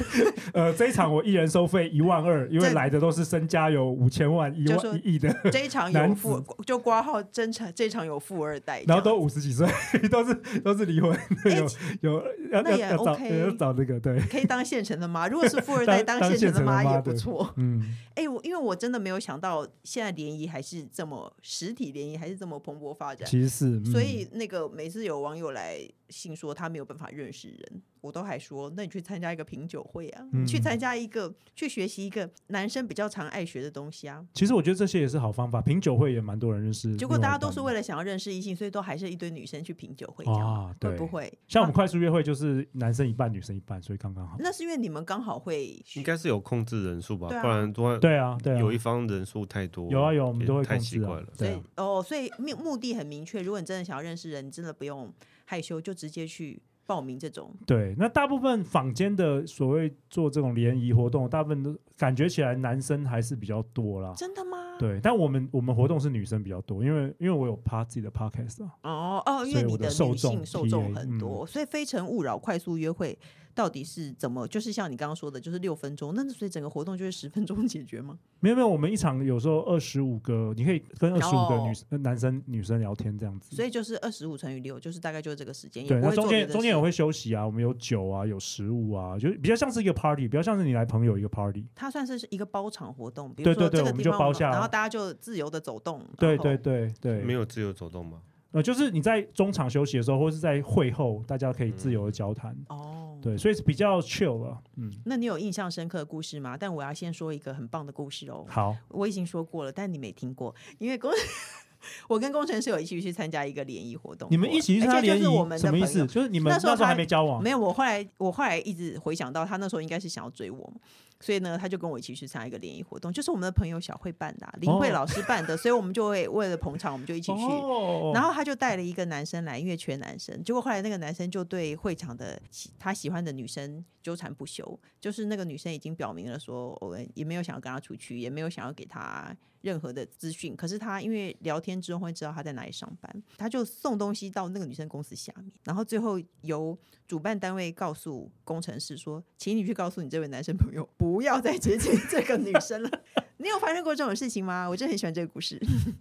Speaker 3: 呃，这一场我一人收费一万二，因为
Speaker 2: 这
Speaker 3: 来的都是身家有五千万、一
Speaker 2: 就说
Speaker 3: 万一亿的，
Speaker 2: 这一场有
Speaker 3: 男
Speaker 2: 富，就挂号真场，这场有富二代这样，
Speaker 3: 然后都五十几岁， 都是都是离婚，
Speaker 2: 哎
Speaker 3: 有有要
Speaker 2: 那
Speaker 3: 要
Speaker 2: 也
Speaker 3: 要找
Speaker 2: OK
Speaker 3: 要找那个对，
Speaker 2: 可以当现成的妈。如果是富二代
Speaker 3: 当
Speaker 2: 现成的妈
Speaker 3: 当现成的妈
Speaker 2: 也不错。
Speaker 3: 嗯，
Speaker 2: 哎、我因为我真的没有想到现在联谊还是这么实体联谊还是这么蓬勃发展，
Speaker 3: 其实是，嗯
Speaker 2: 所以那个每次有网友来信说他没有办法认识人，我都还说，那你去参加一个品酒会啊，你去
Speaker 3: 嗯
Speaker 2: 参加一个去学习一个男生比较常爱学的东西啊。
Speaker 3: 其实我觉得这些也是好方法，品酒会也蛮多人认识另外一半的，
Speaker 2: 结果大家都是为了想要认识异性，所以都还是一堆女生去品酒会这样吗，
Speaker 3: 啊
Speaker 2: 会不
Speaker 3: 对
Speaker 2: 会？
Speaker 3: 像我
Speaker 2: 啊
Speaker 3: 们快速约会就是男生一半，女生一半，所以刚刚好。
Speaker 2: 那是因为你们刚好会
Speaker 4: 应该是有控制人数吧，
Speaker 2: 对啊
Speaker 4: 不然突然
Speaker 3: 对啊，对啊，
Speaker 4: 有一方人数太多，
Speaker 3: 有啊有，我们
Speaker 4: 也
Speaker 3: 都会
Speaker 4: 太
Speaker 3: 控
Speaker 4: 奇
Speaker 3: 制
Speaker 4: 怪
Speaker 3: 啊
Speaker 4: 了。。
Speaker 2: 所
Speaker 3: 对
Speaker 2: 以、
Speaker 3: 啊，
Speaker 2: 哦，所以目目的很明确。如果你真的想要认识人，你真的不用害羞，就直接去报名这种。
Speaker 3: 对。那大部分坊间的所谓做这种联谊活动，大部分都感觉起来男生还是比较多啦。
Speaker 2: 真的吗？。
Speaker 3: 对，但我们我们活动是女生比较多，因为因为我有趴自己的 podcast 啊，
Speaker 2: 哦哦，因
Speaker 3: 所
Speaker 2: 为
Speaker 3: 以
Speaker 2: 你
Speaker 3: 我的
Speaker 2: 的
Speaker 3: 受
Speaker 2: 女性
Speaker 3: 众嗯
Speaker 2: 受
Speaker 3: TA
Speaker 2: 众很多，所以《非诚勿扰》快速约会到底是怎么？就是像你刚刚说的，就是六分钟，那所以整个活动就是十分钟解决吗？
Speaker 3: 没有没有，我们一场有时候二十五个，你可以跟二十五个女生、男生女生聊天这样子。
Speaker 2: 哦所以就是二十五乘以六，就是大概就是这个时间，也
Speaker 3: 嗯对，
Speaker 2: 不
Speaker 3: 那
Speaker 2: 会
Speaker 3: 中
Speaker 2: 做别
Speaker 3: 间
Speaker 2: 的
Speaker 3: 中间也
Speaker 2: 事
Speaker 3: 会休息啊，我们有酒啊，有食物啊，就比较像是一个 party，比较像是你来朋友一个 party。
Speaker 2: 它算是一个包场活动，比如
Speaker 3: 对
Speaker 2: 说
Speaker 3: 对对
Speaker 2: 这个
Speaker 3: 我们
Speaker 2: 地
Speaker 3: 就
Speaker 2: 方
Speaker 3: 包
Speaker 2: 我们
Speaker 3: 下
Speaker 2: 然后
Speaker 3: 了
Speaker 2: 大家就自由的走动，
Speaker 3: 对
Speaker 2: 然后
Speaker 3: 对对对，
Speaker 4: 没有自由走 动吗？
Speaker 3: 呃，就是你在中场休息的时候，或是在会后，大家可以自由
Speaker 4: 嗯
Speaker 3: 的交谈。
Speaker 2: 哦，
Speaker 3: 对，所以是比较 chill 了。嗯，
Speaker 2: 那你有印象深刻的故事吗？但我要先说一个很棒的故事哦，
Speaker 3: 好，
Speaker 2: 我已经说过了，但你没听过，因为工。 我跟工程师有一起去参加一个联谊活动过，
Speaker 3: 你们一起去参加
Speaker 2: 而且
Speaker 3: 联
Speaker 2: 哎就是我们
Speaker 3: 谊，
Speaker 2: 的
Speaker 3: 什么意
Speaker 2: 朋友
Speaker 3: 思？就是你们
Speaker 2: 那
Speaker 3: 那
Speaker 2: 时
Speaker 3: 时
Speaker 2: 候
Speaker 3: 候
Speaker 2: 他
Speaker 3: 还没交往
Speaker 2: 没，有，我后来我后来一直回想到，他那时候应该是想要追我嘛，所以呢，他就跟我一起去参加一个联谊活动，就是我们的朋友小慧办的啊、林慧
Speaker 3: 哦
Speaker 2: 老师办的，所以我们就会为了捧场，我们就一起去。
Speaker 3: 哦
Speaker 2: 然后他就带了一个男生来，因为缺男生。结果后来那个男生就对会场的喜他喜欢的女生纠缠不休，就是那个女生已经表明了说，我们也没有想要跟他出去，也没有想要给他任何的资讯。可是他因为聊天之后会知道他在哪里上班，他就送东西到那个女生公司下面，然后最后由主办单位告诉工程师说，请你去告诉你这位男生朋友，不要再接近这个女生了。 你有发生过这种事情吗？我真的很喜欢这个故事。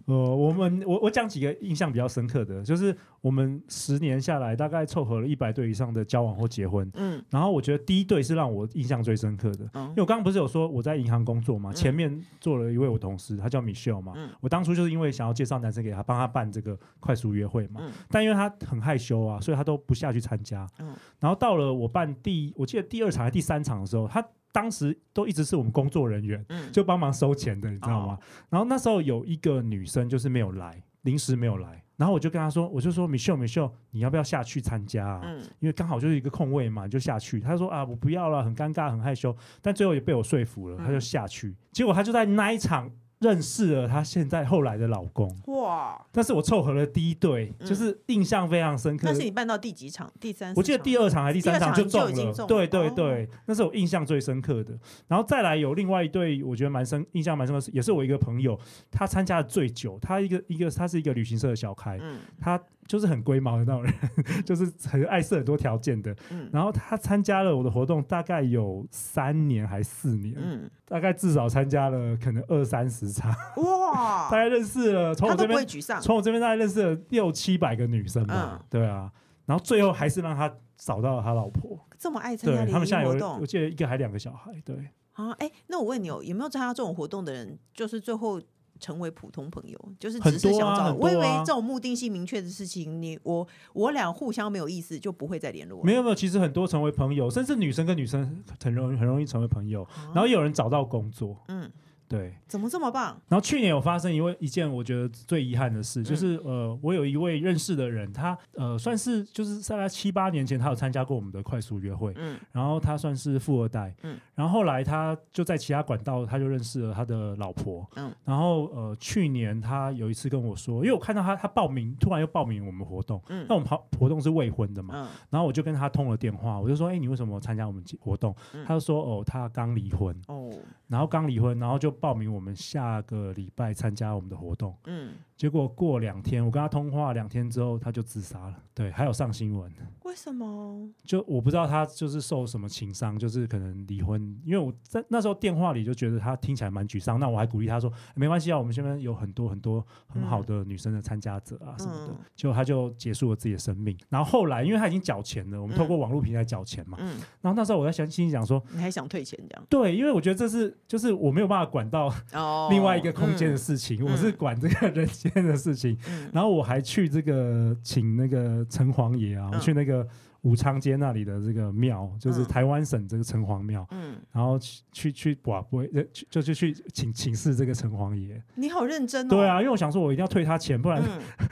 Speaker 3: 呃，我们我我讲几个印象比较深刻的，就是我们十年下来大概凑合了一百对以上的交往或结婚，
Speaker 2: 嗯，
Speaker 3: 然后我觉得第一对是让我印象最深刻的，
Speaker 2: 哦
Speaker 3: 因为我刚刚不是有说我在银行工作嘛，前面做了一位我同事，他叫 Michelle 嘛，
Speaker 2: 嗯
Speaker 3: 我当初就是因为想要介绍男生给他，帮他办这个快速约会嘛，
Speaker 2: 嗯
Speaker 3: 但因为他很害羞啊，所以他都不下去参加。
Speaker 2: 嗯
Speaker 3: 然后到了我办第，我记得第二场还是第三场的时候，他当时都一直是我们工作人员，
Speaker 2: 嗯
Speaker 3: 就帮忙收钱的，你知道
Speaker 2: 哦
Speaker 3: 吗？然后那时候有一个女生就是没有来，临时没有来，然后我就跟她说，我就说 Michelle Michelle，你要不要下去参加啊？
Speaker 2: 嗯
Speaker 3: 因为刚好就是一个空位嘛，你就下去。他说啊，我不要了，很尴尬，很害羞。但最后也被我说服了，
Speaker 2: 嗯
Speaker 3: 他就下去。结果他就在那一场认识了他现在后来的老公。
Speaker 2: 哇，
Speaker 3: 但是我凑合了第一对，
Speaker 2: 嗯
Speaker 3: 就是印象非常深刻
Speaker 2: 那。是你办到第几场？第三？
Speaker 3: 我记得第二场还是第三
Speaker 2: 第二场
Speaker 3: 就中
Speaker 2: 就已经中了
Speaker 3: 对对
Speaker 2: 哦
Speaker 3: 对，那是我印象最深刻的。然后再来有另外一对，我觉得蛮深，印象蛮深刻的是，也是我一个朋友，他参加的最久，他一个一个他是一个旅行社的小开，
Speaker 2: 嗯
Speaker 3: 他就是很龟毛的那种人， 就是很爱设很多条件的。
Speaker 2: 嗯
Speaker 3: 然后他参加了我的活动，大概有三年还四年，
Speaker 2: 嗯，
Speaker 3: 大概至少参加了可能二三十场，
Speaker 2: 哇
Speaker 3: 大，概认识了从
Speaker 2: 他
Speaker 3: 我
Speaker 2: 都
Speaker 3: 这
Speaker 2: 不会
Speaker 3: 边
Speaker 2: 沮丧。
Speaker 3: 从我这边大概认识了六七百个女生吧，
Speaker 2: 嗯
Speaker 3: 对啊，然后最后还是让他找到了他老婆，
Speaker 2: 这么爱参加
Speaker 3: 对他
Speaker 2: 联
Speaker 3: 们
Speaker 2: 谊
Speaker 3: 现在有
Speaker 2: 活
Speaker 3: 我
Speaker 2: 动
Speaker 3: 记得一个还两个小孩，对，
Speaker 2: 啊？哎，那我问你哦，有没有参加这种活动的人，就是最后成为普通朋友，就是只是
Speaker 3: 很多
Speaker 2: 想
Speaker 3: 啊
Speaker 2: 找？
Speaker 3: 很多
Speaker 2: 我以为
Speaker 3: 啊
Speaker 2: 这种目的性明确的事情，你我我俩互相没有意思，就不会再联络了。
Speaker 3: 没有没有，其实很多成为朋友，甚至女生跟女生很容易很容易成为朋友，
Speaker 2: 啊，
Speaker 3: 然后也有人找到工作，
Speaker 2: 嗯，
Speaker 3: 对。
Speaker 2: 怎么这么棒？
Speaker 3: 然后去年有发生一位一件我觉得最遗憾的
Speaker 2: 嗯
Speaker 3: 事，就是、呃，我有一位认识的人，他呃算是就是大概七八年前，他有参加过我们的快速约会，
Speaker 2: 嗯
Speaker 3: 然后他算是富二代，
Speaker 2: 嗯
Speaker 3: 然后后来他就在其他管道他就认识了他的老婆，
Speaker 2: 嗯
Speaker 3: 然后呃去年他有一次跟我说，因为我看到他他报名突然又报名我们活动，
Speaker 2: 嗯
Speaker 3: 那我们跑活动是未婚的嘛，
Speaker 2: 嗯
Speaker 3: 然后我就跟他通了电话，我就说，哎、你为什么参加我们活动？
Speaker 2: 嗯
Speaker 3: 他就说，哦，他刚离婚，
Speaker 2: 哦
Speaker 3: 然后刚离婚，然后就报名我们下个礼拜参加我们的活动。
Speaker 2: 嗯，
Speaker 3: 结果过两天，我跟他通话两天之后，他就自杀了。对，还有上新闻。
Speaker 2: 为什么？
Speaker 3: 就我不知道他就是受什么情伤，就是可能离婚。因为我在那时候电话里就觉得他听起来蛮沮丧，那我还鼓励他说没关系啊，我们这边有很多很多很好的女生的参加者啊什么的。
Speaker 2: 嗯
Speaker 3: 结果他就结束了自己的生命。然后后来因为他已经缴钱了，我们透过网络平台缴钱嘛。
Speaker 2: 嗯，
Speaker 3: 然后那时候我在想心里想说，
Speaker 2: 你还想退钱这样？
Speaker 3: 对，因为我觉得这是就是我没有办法管到
Speaker 2: 哦，
Speaker 3: 另外一个空间的
Speaker 2: 嗯
Speaker 3: 事情，
Speaker 2: 嗯
Speaker 3: 我是管这个人间的事情。
Speaker 2: 嗯
Speaker 3: 然后我还去这个请那个城隍爷啊，
Speaker 2: 嗯
Speaker 3: 我去那个武昌街那里的这个庙，就是
Speaker 2: 嗯
Speaker 3: 台湾省这个城隍庙，
Speaker 2: 嗯，
Speaker 3: 然后去去去寡不会，呃去就是去请请示这个城隍爷。
Speaker 2: 你好认真哦。
Speaker 3: 对，啊，因为我想说我一定要退他钱，不然、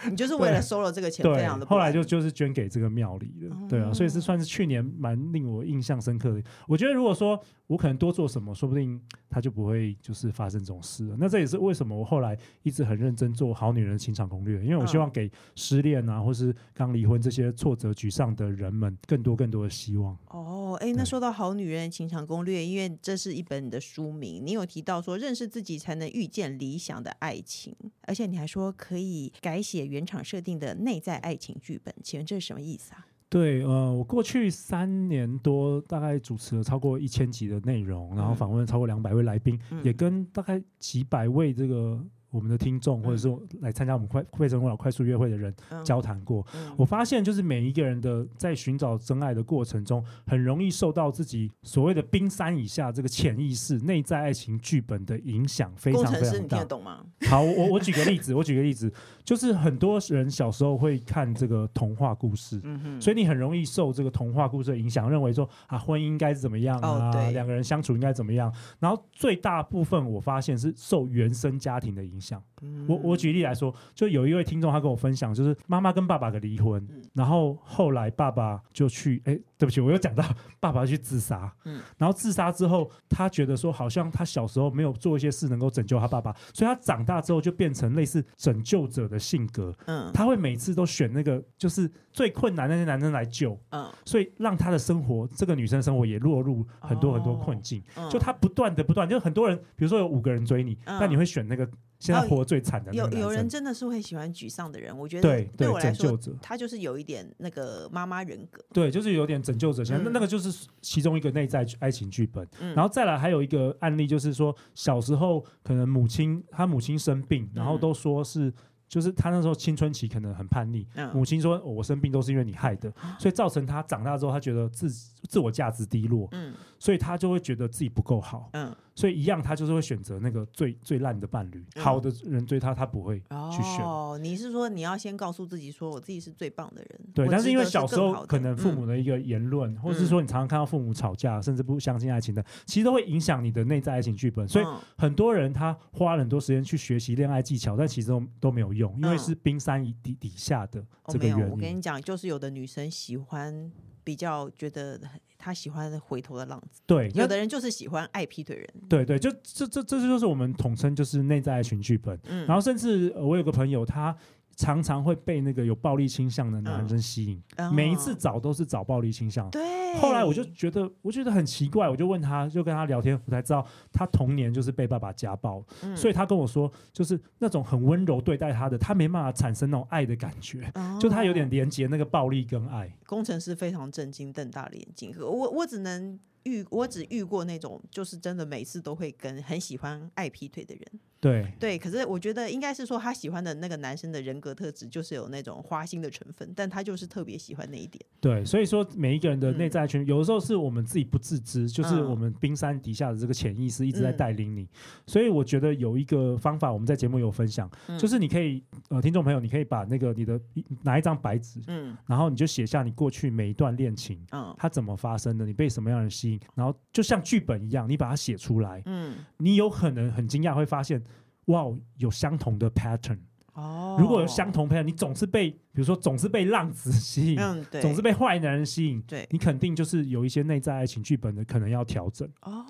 Speaker 2: 嗯，你就是为了收了这个钱，非
Speaker 3: 对
Speaker 2: 常的，不
Speaker 3: 后来
Speaker 2: 安哦
Speaker 3: 就就是捐给这个庙里了。对啊，所以是算是去年蛮令我印象深刻的。我觉得如果说我可能多做什么，说不定他就不会就是发生这种事了。那这也是为什么我后来一直很认真做好女人的情场攻略，因
Speaker 2: 嗯
Speaker 3: 为我希望给失恋啊，或是刚离婚这些挫折沮丧的人们更多更多的希望。
Speaker 2: 哦，哎，那
Speaker 3: 对
Speaker 2: 说到《好女人的情场攻略》，因为这是一本你的书名，你有提到说认识自己才能遇见理想的爱情，而且你还说可以改写原厂设定的内在爱情剧本，请问这是什么意思啊？
Speaker 3: 对，呃，我过去三年多大概主持了超过一千集的内容，然后
Speaker 2: 嗯
Speaker 3: 访问了超过两百位来宾，
Speaker 2: 嗯
Speaker 3: 也跟大概几百位这个我们的听众，或者是来参加我们快费城国老快速约会的人
Speaker 2: 嗯
Speaker 3: 交谈过。
Speaker 2: 嗯
Speaker 3: 我发现，就是每一个人的在寻找真爱的过程中，很容易受到自己所谓的冰山以下这个潜意识、内在爱情剧本的影响，非
Speaker 2: 工
Speaker 3: 常
Speaker 2: 程
Speaker 3: 非
Speaker 2: 师，你
Speaker 3: 常
Speaker 2: 听得
Speaker 3: 大。
Speaker 2: 懂吗？
Speaker 3: 好，我我我举个例子，我举个例子，就是很多人小时候会看这个童话故事，
Speaker 2: 嗯哼，
Speaker 3: 所以你很容易受这个童话故事的影响，认为说啊，婚姻应该是怎么样啊，
Speaker 2: 哦对
Speaker 3: 两个人相处应该怎么样。然后最大部分我发现是受原生家庭的影响。
Speaker 2: 嗯
Speaker 3: 我我举例来说，就有一位听众他跟我分享，就是妈妈跟爸爸的离婚，
Speaker 2: 嗯
Speaker 3: 然后后来爸爸就去，哎，对不起，我又讲到爸爸去自杀，
Speaker 2: 嗯
Speaker 3: 然后自杀之后，他觉得说好像他小时候没有做一些事能够拯救他爸爸，所以他长大之后就变成类似拯救者的的性格，
Speaker 2: 嗯
Speaker 3: 他会每次都选那个就是最困难的那些男生来救，
Speaker 2: 嗯
Speaker 3: 所以让他的生活，这个女生的生活也落入很多很多困境。
Speaker 2: 嗯，
Speaker 3: 就他不断的不断，就很多人，比如说有五个人追你，
Speaker 2: 嗯哦
Speaker 3: 那你会选那个现在活得最惨的那
Speaker 2: 有
Speaker 3: 个
Speaker 2: 有人
Speaker 3: 男生？
Speaker 2: 真的是会喜欢沮丧的人，我觉得
Speaker 3: 对对
Speaker 2: 我，来
Speaker 3: 拯救
Speaker 2: 说，
Speaker 3: 者，
Speaker 2: 他就是有一点那个妈妈人格，
Speaker 3: 对，就是有点拯救者型。那
Speaker 2: 嗯
Speaker 3: 那个就是其中一个内在剧爱情剧本。
Speaker 2: 嗯
Speaker 3: 然后再来还有一个案例，就是说小时候可能母亲她母亲生病，然后
Speaker 2: 嗯
Speaker 3: 都说是。就是他那时候青春期可能很叛逆，
Speaker 2: 嗯啊
Speaker 3: 母亲说、哦我生病都是因为你害的，所以造成他长大之后，他觉得自自我价值低落，
Speaker 2: 嗯
Speaker 3: 所以他就会觉得自己不够好，
Speaker 2: 嗯，
Speaker 3: 所以一样他就是会选择那个最最烂的伴侣，
Speaker 2: 嗯
Speaker 3: 好的人追他，他不会去选。
Speaker 2: 哦，你是说你要先告诉自己说我自己是最棒的人，
Speaker 3: 对，
Speaker 2: 我
Speaker 3: 但是
Speaker 2: 值
Speaker 3: 因为
Speaker 2: 得
Speaker 3: 小时
Speaker 2: 更
Speaker 3: 候
Speaker 2: 好的
Speaker 3: 可能父
Speaker 2: 嗯
Speaker 3: 母的一个言论，或者是
Speaker 2: 嗯
Speaker 3: 说你常常看到父母吵架，甚至不相信爱情的，其实都会影响你的内在爱情剧本。所以
Speaker 2: 嗯
Speaker 3: 很多人他花了很多时间去学习恋爱技巧，但其实都都没有用，因为
Speaker 2: 嗯
Speaker 3: 是冰山一底底下的
Speaker 2: 哦
Speaker 3: 这个
Speaker 2: 没有，
Speaker 3: 原
Speaker 2: 我跟
Speaker 3: 因。
Speaker 2: 你讲，就是有的女生喜欢比较觉得她喜欢回头的浪子，
Speaker 3: 对，那
Speaker 2: 有的人就是喜欢爱劈腿人，
Speaker 3: 对对，就这这这就是我们统称就是内在爱情剧本。
Speaker 2: 嗯，
Speaker 3: 然后甚至、呃我有个朋友，他常常会被那个有暴力倾向的男生吸引，
Speaker 2: 然后
Speaker 3: 每一次找都是找暴力倾向。
Speaker 2: 嗯哦对，
Speaker 3: 后来我就觉得，我觉得很奇怪，我就问他，就跟他聊天，我才知道他童年就是被爸爸家暴，
Speaker 2: 嗯
Speaker 3: 所以他跟我说，就是那种很温柔对待他的，他没办法产生那种爱的感觉，就他有点
Speaker 2: 哦
Speaker 3: 连接那个暴力跟爱。
Speaker 2: 工程师非常震惊，瞪大了眼睛。我我只能遇，我只遇过那种就是真的每次都会跟很喜欢爱劈腿的人。
Speaker 3: 对，
Speaker 2: 对，可是我觉得应该是说他喜欢的那个男生的人格特质就是有那种花心的成分，但他就是特别喜欢那一点。
Speaker 3: 对，所以说每一个人的
Speaker 2: 嗯
Speaker 3: 内在权，有的时候是我们自己不自知，就是
Speaker 2: 嗯
Speaker 3: 我们冰山底下的这个潜意识一直在
Speaker 2: 嗯
Speaker 3: 带领你。所以我觉得有一个方法，我们在节目有分享，
Speaker 2: 嗯
Speaker 3: 就是你可以呃，听众朋友，你可以把那个你的拿一张白纸，
Speaker 2: 嗯
Speaker 3: 然后你就写下你过去每一段恋情。
Speaker 2: 嗯
Speaker 3: 它怎么发生的？你被什么样的人吸引？然后就像剧本一样，你把它写出来，
Speaker 2: 嗯，
Speaker 3: 你有可能很惊讶会发现，哇，哦有相同的 pattern。
Speaker 2: 哦，
Speaker 3: 如果有相，同 pattern，你总是被，比如说总是被浪子吸引，
Speaker 2: 嗯，对，
Speaker 3: 总是被坏男人吸引，
Speaker 2: 对
Speaker 3: 你肯定就是有一些内在爱情剧本的可能要调整。
Speaker 2: 哦，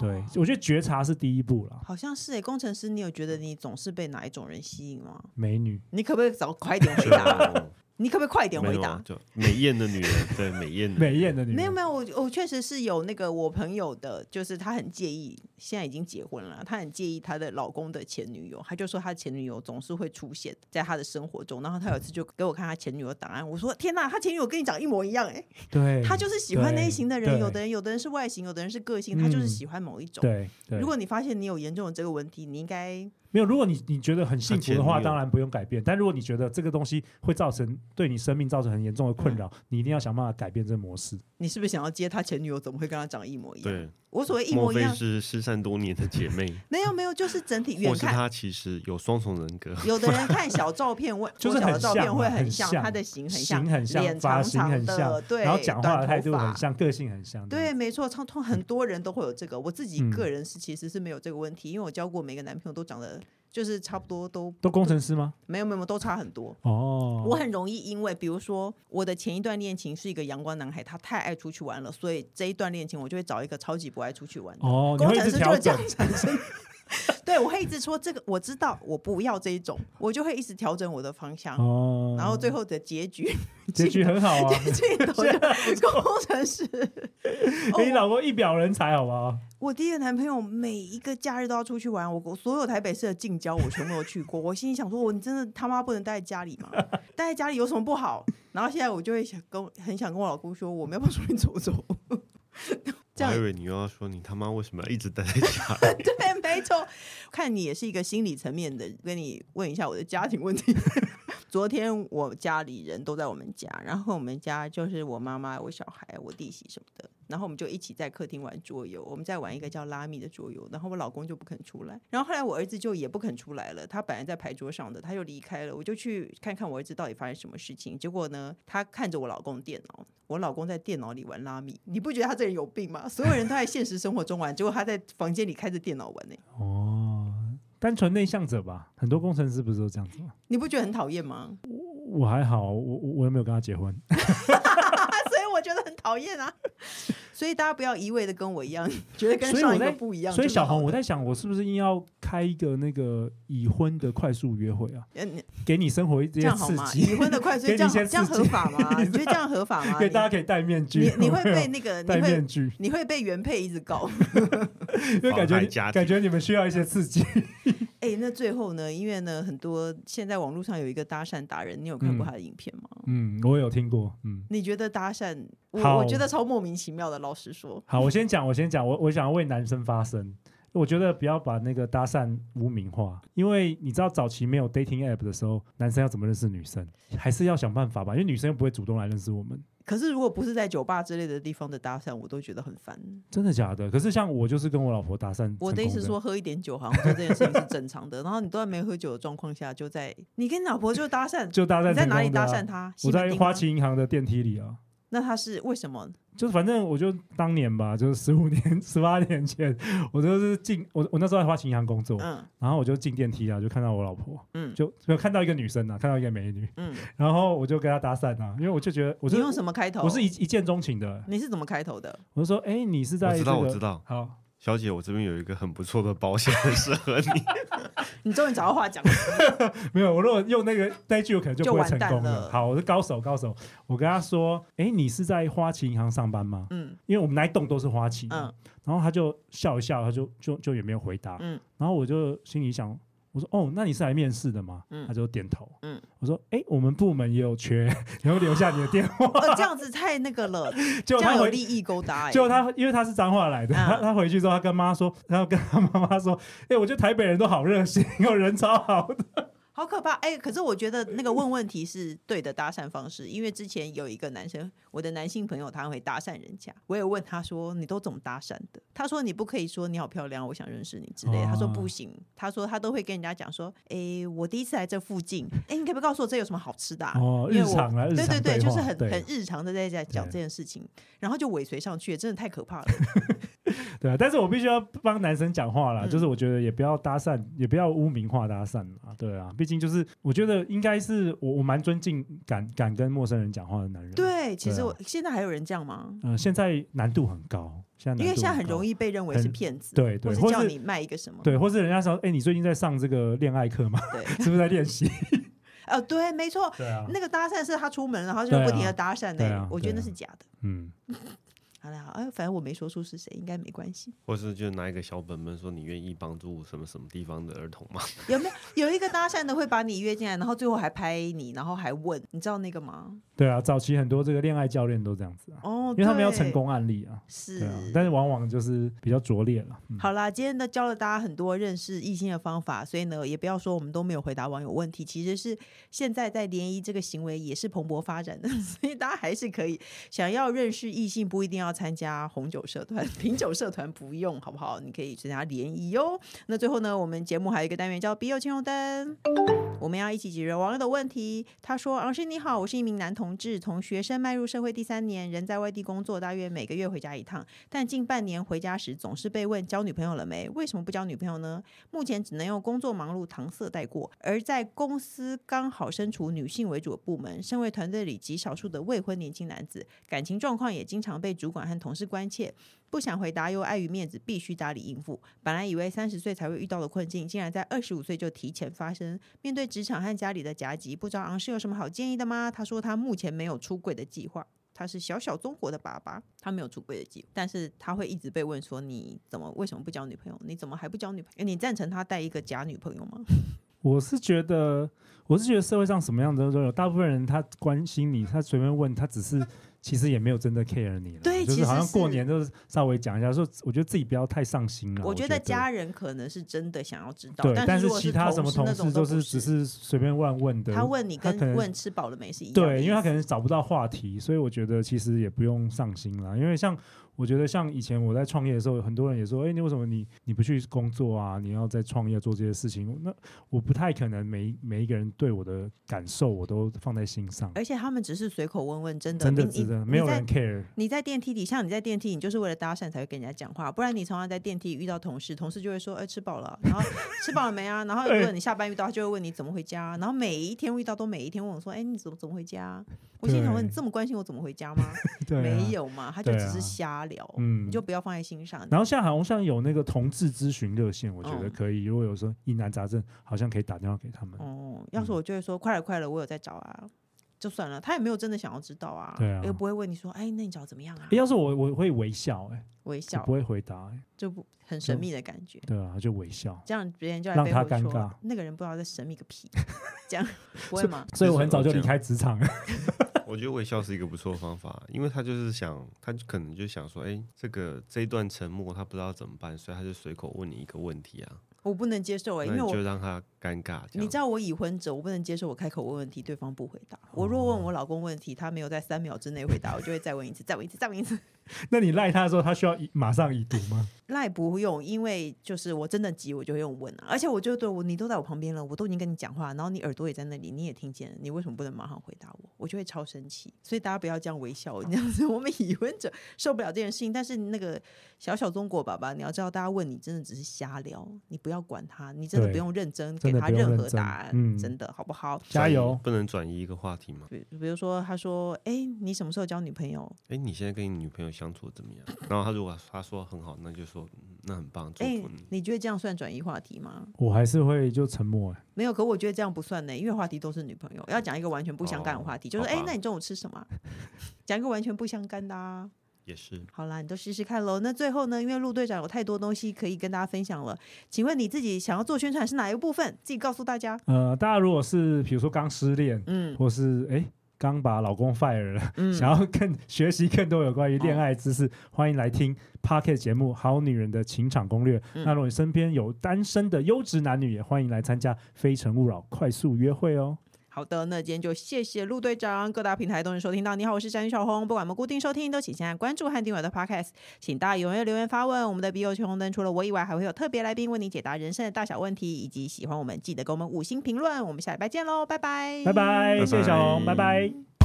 Speaker 3: 对，我觉得觉察是第一步啦。
Speaker 2: 好像是诶，工程师，你有觉得你总是被哪一种人吸引吗？
Speaker 3: 美女，
Speaker 2: 你可不可以早快一点回
Speaker 4: 就
Speaker 2: 答？你可不可以快一点
Speaker 4: 没
Speaker 2: 回
Speaker 4: 有啊
Speaker 2: 答？
Speaker 4: 就美艳的女人，对美艳的
Speaker 3: 美艳
Speaker 4: 的
Speaker 3: 的
Speaker 2: 嗯
Speaker 3: 女人，
Speaker 2: 没有没有，我我确实是有那个我朋友的，就是她很介意，现在已经结婚了，她很介意她的老公的前女友，她就说她前女友总是会出现在她的生活中，然后她有一次就给我看她前女友档案，我说天哪，她前女友跟你长一模一样哎、
Speaker 3: 对，
Speaker 2: 她就是喜欢那一型的人，
Speaker 3: 对
Speaker 2: 有的人有的人是外形，有的人是个性，她就是
Speaker 3: 嗯
Speaker 2: 喜欢某一种。
Speaker 3: 对对。
Speaker 2: 如果你发现你有严重的这个问题，你应该
Speaker 3: 没有，如果你你觉得很幸福的
Speaker 4: 她前
Speaker 3: 话，
Speaker 4: 女友
Speaker 3: 当然不用改变。但如果你觉得这个东西会造成对你生命造成很严重的困扰，
Speaker 2: 嗯
Speaker 3: 你一定要想办法改变这个模式。
Speaker 2: 你是不是想要接她前女友，怎么会跟她长一模一样？
Speaker 4: 对，
Speaker 2: 我所谓一
Speaker 4: 莫
Speaker 2: 模一
Speaker 4: 非
Speaker 2: 样，
Speaker 4: 是失散多年的姐妹，
Speaker 2: 没有没有，就是整体远
Speaker 4: 或是
Speaker 2: 看
Speaker 4: 她其实有双重人格？
Speaker 2: 有的人看小照片，我
Speaker 3: 就是
Speaker 2: 我小的
Speaker 3: 很
Speaker 2: 照片
Speaker 3: 像
Speaker 2: 会
Speaker 3: 啊很
Speaker 2: 像，
Speaker 3: 像
Speaker 2: 他的型很
Speaker 3: 型很像
Speaker 2: 脸
Speaker 3: 发
Speaker 2: 长
Speaker 3: 型
Speaker 2: 长
Speaker 3: 很
Speaker 2: 的，
Speaker 3: 像
Speaker 2: 对，
Speaker 3: 然后讲话的态度
Speaker 2: 短
Speaker 3: 很
Speaker 2: 头发。
Speaker 3: 像，个性很像。
Speaker 2: 对，，没错，通通很多人都会有这个。我自己
Speaker 3: 嗯
Speaker 2: 个人是其实是没有这个问题，因为我交过每个男朋友都长得就是差不多，都
Speaker 3: 都工程师吗？
Speaker 2: 没有没有都差很多。
Speaker 3: 哦，
Speaker 2: 我很容易因为，比如说我的前一段恋情是一个阳光男孩，他太爱出去玩了，所以这一段恋情我就会找一个超级不爱出去玩的。
Speaker 3: 哦，你
Speaker 2: 工
Speaker 3: 会一
Speaker 2: 程师
Speaker 3: 直
Speaker 2: 就
Speaker 3: 调
Speaker 2: 会这
Speaker 3: 整
Speaker 2: 样产生。 对，我会一直说这个，我知道我不要这一种，我就会一直调整我的方向，
Speaker 3: 哦，
Speaker 2: 然后最后的结局，
Speaker 3: 结局很好啊。
Speaker 2: 尽头就是工程师。 哦
Speaker 3: 你老公一表人才，好不好？
Speaker 2: 我第一个男朋友每一个假日都要出去玩，我我所有台北市的近郊我全部都去过。我心里想说，我你真的他妈不能待在家里吗？待在家里有什么不好？然后现在我就会想跟我很想跟我老公说，我们要不要出去走 走？这样
Speaker 4: 我还以为你又要说你他妈为什么要一直待在家里？
Speaker 2: 对，没错。看你也是一个心理层面的，跟你问一下我的家庭问题。 昨天我家里人都在我们家，然后我们家就是我妈妈、我小孩、我弟媳什么的，然后我们就一起在客厅玩桌游，我们在玩一个叫拉米的桌游，然后我老公就不肯出来，然后后来我儿子就也不肯出来了，他本来在牌桌上的，他就离开了，我就去看看我儿子到底发生什么事情，结果呢，他看着我老公的电脑，我老公在电脑里玩拉米，你不觉得他这人有病吗？所有人都在现实生活中玩，结果他在房间里开着电脑玩呢、
Speaker 3: 哦，单纯内向者吧，很多工程师不是都这样子吗？
Speaker 2: 你不觉得很讨厌吗？
Speaker 3: 我还好，我我我又没有跟他结婚，
Speaker 2: 啊，所以我觉得很讨厌啊。所以大家不要一味的跟我一样，觉得跟
Speaker 3: 所以
Speaker 2: 上
Speaker 3: 我
Speaker 2: 一个
Speaker 3: 在
Speaker 2: 不一样就
Speaker 3: 所以
Speaker 2: 是
Speaker 3: 小
Speaker 2: 好
Speaker 3: 红，我
Speaker 2: 的
Speaker 3: 在想，我是不是硬要开一个那个已婚的快速约会啊，
Speaker 2: 嗯，
Speaker 3: 给你生活一
Speaker 2: 这
Speaker 3: 些
Speaker 2: 样好
Speaker 3: 刺
Speaker 2: 吗？
Speaker 3: 激
Speaker 2: 已，婚的快
Speaker 3: 给
Speaker 2: 速，
Speaker 3: 你
Speaker 2: 这样
Speaker 3: 一些
Speaker 2: 好这样
Speaker 3: 刺
Speaker 2: 合
Speaker 3: 激
Speaker 2: 法吗？你觉得这样合法 吗？
Speaker 3: 对，大家
Speaker 2: 你
Speaker 3: 可以戴面具
Speaker 2: 你，你会被那个你
Speaker 3: 戴
Speaker 2: 会
Speaker 3: 面具，
Speaker 2: 你会被原配一直告。
Speaker 3: 因为感
Speaker 4: 妨
Speaker 3: 觉
Speaker 4: 害
Speaker 3: 你
Speaker 4: 家庭
Speaker 3: 感觉你们需要一些刺激。
Speaker 2: 哎、那最后呢？因为呢，很多现在网络上有一个搭讪达人，你有看过
Speaker 3: 嗯
Speaker 2: 他的影片吗？
Speaker 3: 嗯，我有听过，嗯。
Speaker 2: 你觉得搭讪，我
Speaker 3: 好
Speaker 2: 我觉得超莫名其妙的。老实说，
Speaker 3: 好，我先讲，我先讲，我我想要为男生发声。我觉得不要把那个搭讪污名化，因为你知道早期没有 dating app 的时候，男生要怎么认识女生，还是要想办法吧，因为女生又不会主动来认识我们，
Speaker 2: 可是如果不是在酒吧之类的地方的搭讪，我都觉得很烦。
Speaker 3: 真的假的？可是像我就是跟我老婆搭讪，
Speaker 2: 我的意思是，说，喝一点酒好像做这件事情是正常的。然后你都在没喝酒的状况下，就在你跟你老婆就搭讪，
Speaker 3: 就搭讪、
Speaker 2: 你在哪里搭讪？她？西
Speaker 3: 啊我
Speaker 2: 门
Speaker 3: 在
Speaker 2: 町
Speaker 3: 花
Speaker 2: 吗
Speaker 3: 旗银行的电梯里啊，
Speaker 2: 那她是为什么？
Speaker 3: 就是反正我就当年吧，就是十五年、十八年前，我就是进我我那时候在花旗银行工作，
Speaker 2: 嗯
Speaker 3: 然后我就进电梯啊，就看到我老婆，
Speaker 2: 嗯
Speaker 3: 就就看到一个女生啊，看到一个美女，
Speaker 2: 嗯，
Speaker 3: 然后我就跟她搭讪啊，因为我就觉得我
Speaker 2: 你
Speaker 3: 就
Speaker 2: 用什么开头？
Speaker 3: 我是一一见钟情的，
Speaker 2: 你是怎么开头的？
Speaker 3: 我就说哎、你是 在、
Speaker 4: 我
Speaker 3: 这
Speaker 4: 知
Speaker 3: 个
Speaker 4: 道，我知道，
Speaker 3: 好，
Speaker 4: 小姐，我这边有一个很不错的保险，很适合你。
Speaker 2: 你终于找到话讲了。
Speaker 3: 没有，我如果用那个那一句，我可能就不会成
Speaker 2: 就
Speaker 3: 功
Speaker 2: 完蛋了
Speaker 3: 好，我是高手，高手。我跟她说，哎、你是在花旗银行上班吗？
Speaker 2: 嗯
Speaker 3: 因为我们那一栋都是花旗，
Speaker 2: 嗯
Speaker 3: 然后她就笑一笑，她就就就也没有回答。
Speaker 2: 嗯
Speaker 3: 然后我就心里想，我说哦，那你是来面试的吗？
Speaker 2: 嗯
Speaker 3: 他就点头。
Speaker 2: 嗯，
Speaker 3: 我说哎，我们部门也有缺， 然后留下你的电话。
Speaker 2: 呃，这样子太那个了，
Speaker 3: 结
Speaker 2: 这
Speaker 3: 果
Speaker 2: 样
Speaker 3: 他
Speaker 2: 有
Speaker 3: 回，
Speaker 2: 利益勾搭、欸。
Speaker 3: 结果他因为他是彰化来的，
Speaker 2: 嗯
Speaker 3: 他他回去之后，他跟妈说， 然后跟他妈妈说，哎，我觉得台北人都好热心，有人超好的。
Speaker 2: 好可怕！哎、可是我觉得那个问问题是对的搭讪方式，因为之前有一个男生，我的男性朋友他会搭讪人家，我也问他说你都怎么搭讪的？他说你不可以说你好漂亮，我想认识你之类的。
Speaker 3: 哦
Speaker 2: 他说不行，他说他都会跟人家讲说，哎、我第一次来这附近，哎、你可不可以告诉我这有什么好吃的、啊？
Speaker 3: 哦
Speaker 2: 因为
Speaker 3: 日
Speaker 2: 我
Speaker 3: 常啊日
Speaker 2: 对
Speaker 3: 常
Speaker 2: 对对，
Speaker 3: 对
Speaker 2: 就
Speaker 3: 话
Speaker 2: 是很
Speaker 3: 对
Speaker 2: 很日常的在在讲这件事情，然后就尾随上去，真的太可 怕了。
Speaker 3: 对啊，但是我必须要帮男生讲话啦，
Speaker 2: 嗯
Speaker 3: 就是我觉得也不要搭讪，也不要污名化搭讪啦，对啊，毕竟就是我觉得应该是我我蛮尊敬敢敢跟陌生人讲话的男人。，
Speaker 2: 对，其实
Speaker 3: 对啊
Speaker 2: 我、现在还有人这样吗？
Speaker 3: 呃，现在难度很高，现在难
Speaker 2: 因为
Speaker 3: 度
Speaker 2: 现在很
Speaker 3: 高
Speaker 2: 容易被认为
Speaker 3: 哦很
Speaker 2: 是骗子，
Speaker 3: 对对，
Speaker 2: 或
Speaker 3: 或
Speaker 2: 是叫
Speaker 3: 是
Speaker 2: 你卖一个什么，
Speaker 3: 对，或是人家说，哎、你最近在上这个恋爱课吗？
Speaker 2: 对。
Speaker 3: 是不是在练习？
Speaker 2: 哦，对，没错，
Speaker 3: 对啊，
Speaker 2: 那个搭讪是他出门，然后就
Speaker 3: 对啊
Speaker 2: 不停的搭讪呢、
Speaker 3: 对啊
Speaker 2: 我觉得
Speaker 3: 对
Speaker 2: 那
Speaker 3: 啊
Speaker 2: 是假的。
Speaker 3: 嗯，
Speaker 2: 好了，好，哎，反正我没说出是谁，应该没关系。
Speaker 4: 或是就拿一个小本本说你愿意帮助什么什么地方的儿童吗？
Speaker 2: 有没有有一个搭讪的会把你约进来，然后最后还拍你，然后还问，你知道那个吗？
Speaker 3: 对啊，早期很多这个恋爱教练都这样子啊，
Speaker 2: 哦，
Speaker 3: 因为他们要
Speaker 2: 对
Speaker 3: 成。功案例啊，
Speaker 2: 是，
Speaker 3: 对啊，但是往往就是比较拙劣了。嗯
Speaker 2: 好啦，今天呢教了大家很多认识异性的方法，所以呢也不要说我们都没有回答网友问题，其实是现在在联谊这个行为也是蓬勃发展的， 所以大家还是可以想要认识异性，不一定要参加红酒社团、品酒社团，不用好不好？你可以参加联谊哦。那最后呢，我们节目还有一个单元叫“笔友青红灯”。我们要一起解决网友的问题。他说：“老师你好，我是一名男同志，从学生迈入社会第三年，人在外地工作，大约每个月回家一趟。但近半年回家时，总是被问交女朋友了没？为什么不交女朋友呢？目前只能用工作忙碌搪塞带过。而在公司刚好身处女性为主的部门，身为团队里极少数的未婚年轻男子，感情状况也经常被主管和同事关切。不想回答又碍于面子，必须打理应付。本来以为三十岁才会遇到的困境，竟然在二十五岁就提前发生。面对职场和家里的夹击，不知道昂是有什么好建议的吗？他说他目前没有出柜的计划。他是小小中国的爸爸，他没有出柜的计划，但是他会一直被问说你怎么为什么不交女朋友？你怎么还不交女朋友？你赞成他带一个假女朋友吗？
Speaker 3: 嗯我是觉得，我是觉得社会上什么样的都有，大部分人他关心你，他随便问，他只是 其实也没有真的 care 你啦
Speaker 2: 对
Speaker 3: 就
Speaker 2: 其
Speaker 3: 是
Speaker 2: 实
Speaker 3: 好像过
Speaker 2: 是
Speaker 3: 年就是稍微讲一下，说我觉得自己不要太上心了。
Speaker 2: 我
Speaker 3: 我
Speaker 2: 觉得
Speaker 3: 得
Speaker 2: 家人可能是真的想要知道，
Speaker 3: 对，
Speaker 2: 但
Speaker 3: 但
Speaker 2: 如
Speaker 3: 是
Speaker 2: 果
Speaker 3: 其他什么
Speaker 2: 同
Speaker 3: 同
Speaker 2: 那种
Speaker 3: 事
Speaker 2: 都
Speaker 3: 就
Speaker 2: 不
Speaker 3: 是只是随便乱问的，
Speaker 2: 他问你
Speaker 3: 他
Speaker 2: 跟
Speaker 3: 可能
Speaker 2: 问吃饱了没是一样的意思。
Speaker 3: 对，因为他可能找不到话题，所以我觉得其实也不用上心啦。因为像我觉得像以前我在创业的时候，很多人也说，哎、你为什么你你不去工作啊？你要在创业做这些事情？那我不太可能每每一个人对我的感受我都放在心上。
Speaker 2: 而且他们只是随口问问，真的，
Speaker 3: 真的
Speaker 2: 哎你
Speaker 3: 值得的没有
Speaker 2: 你在
Speaker 3: 人 care。
Speaker 2: 你在电梯里，像你在电梯，你就是为了搭讪才会跟人家讲话，不然你常常在电梯遇到同事，同事就会说：“哎、吃饱了。”然后吃饱了没啊？然后如果你下班遇到，他就会问你怎么回家。然后每一天遇到都每一天问我说：“哎、你怎么怎么回家？”我心里想说：“
Speaker 3: 对
Speaker 2: 你这么关心我怎么回家吗？”
Speaker 3: 对、啊，
Speaker 2: 没。有嘛，他就
Speaker 3: 对
Speaker 2: 只
Speaker 3: 啊
Speaker 2: 是瞎聊，
Speaker 3: 嗯
Speaker 2: 你就不要放在心上。
Speaker 3: 然后现在好像有那个同志咨询热线，我觉得
Speaker 2: 嗯
Speaker 3: 可以。如果有时候疑难杂症，好像可以打电话给他们。
Speaker 2: 哦，要是我就会说：“快了，快了，我有在找啊。”就算了，他也没有真的想要知道啊，
Speaker 3: 对啊
Speaker 2: 又不会问你说：“哎、那你找得怎么样啊
Speaker 3: 诶要是我，我会微笑、欸，哎，？”
Speaker 2: 微
Speaker 3: 我
Speaker 2: 笑
Speaker 3: 不会回答、欸，
Speaker 2: 就不很神
Speaker 3: 就
Speaker 2: 秘的感觉。
Speaker 3: 对啊，就微笑。
Speaker 2: 这样别人就来
Speaker 3: 让
Speaker 2: 背
Speaker 3: 他
Speaker 2: 后
Speaker 3: 尴
Speaker 2: 说
Speaker 3: 尬
Speaker 2: 那个人不知道在神秘个屁， 这 样不会吗？
Speaker 3: 所以我很早就
Speaker 4: 这
Speaker 3: 离
Speaker 4: 样
Speaker 3: 开职场了。
Speaker 4: 我觉得微笑是一个不错的方法，因为他就是想，他就可能就想说，哎、这个这一段沉默他不知道怎么办，所以他就随口问你一个问题啊，
Speaker 2: 我不能接受哎、因
Speaker 4: 那
Speaker 2: 为
Speaker 4: 你
Speaker 2: 我
Speaker 4: 就让他尴尬这样。
Speaker 2: 你知道我已婚者，我不能接受我开口问问题，对方不回答。我若
Speaker 4: 哦
Speaker 2: 问我老公问题，他没有在三秒之内回答，我就会再问一次，再问一次，再问一次。
Speaker 3: 那你赖他的时候，他需要已马上已读吗？
Speaker 2: 赖不用，因为就是我真的急，我就会用问啊。而且我就对我，你都在我旁边了，我都已经跟你讲话，然后你耳朵也在那里，你也听见了，你为什么不能马上回答我？我就会超生气。所以大家不要这样微笑，这样子 我们已婚者受不了这件事情。但是那个小小中国爸爸，你要知道，大家问你真的只是瞎聊，你不要管他，你真的
Speaker 3: 对
Speaker 2: 不用认真给
Speaker 3: 真的
Speaker 2: 他
Speaker 3: 不用
Speaker 2: 任
Speaker 3: 认
Speaker 2: 何
Speaker 3: 真
Speaker 2: 答案，
Speaker 3: 嗯
Speaker 2: 真的好不好？
Speaker 3: 加油！
Speaker 4: 不能转移一个话题吗？
Speaker 2: 比比如说，他说：“哎、你什么时候交女朋友？
Speaker 4: 哎、你现在跟你女朋友相处得怎么样？然后他如果他说很好，那就说、嗯那很棒，祝
Speaker 2: 哎、
Speaker 4: 福你。
Speaker 2: 你觉得这样算转移话题吗？
Speaker 3: 我还是会就沉默、欸。
Speaker 2: 没有，可我觉得这样不算呢，因为话题都是女朋友。要讲一个完全不相干的话题，就是
Speaker 4: 好
Speaker 2: 哎、
Speaker 4: 吧
Speaker 2: 那你中午吃什么啊？ 讲一个完全不相干的啊。
Speaker 4: 也是，
Speaker 2: 好啦，你都试试看喽。那最后呢，因为陆队长有太多东西可以跟大家分享了，请问你自己想要做宣传是哪一个部分？自己告诉大家。
Speaker 3: 呃，大家如果是比如说刚失恋，
Speaker 2: 嗯
Speaker 3: 或是哎刚把老公 fire 了，
Speaker 2: 嗯，
Speaker 3: 想要更学习更多有关于恋
Speaker 2: 哦
Speaker 3: 爱知识，欢迎来听 Pocket 节目《好女人的情场攻略》。
Speaker 2: 嗯
Speaker 3: 那如果你身边有单身的优质男女，也欢迎来参加《非诚勿扰》快速约会哦。
Speaker 2: 好的，那今天就谢谢陆队长，各大平台都能收听到。你好，我是詹宇小红，不管我们固定收听，都请先按关注和订阅我的 Podcast，请大家踊跃留言发问。我们的笔友全红灯除了我以外，还会有特别来宾为你解答人生的大小问题，以及喜欢我们记得给我们五星评论。我们下礼拜见喽，拜拜，
Speaker 3: 拜拜，谢谢小红，
Speaker 4: 拜
Speaker 3: 拜
Speaker 4: 拜
Speaker 3: 拜。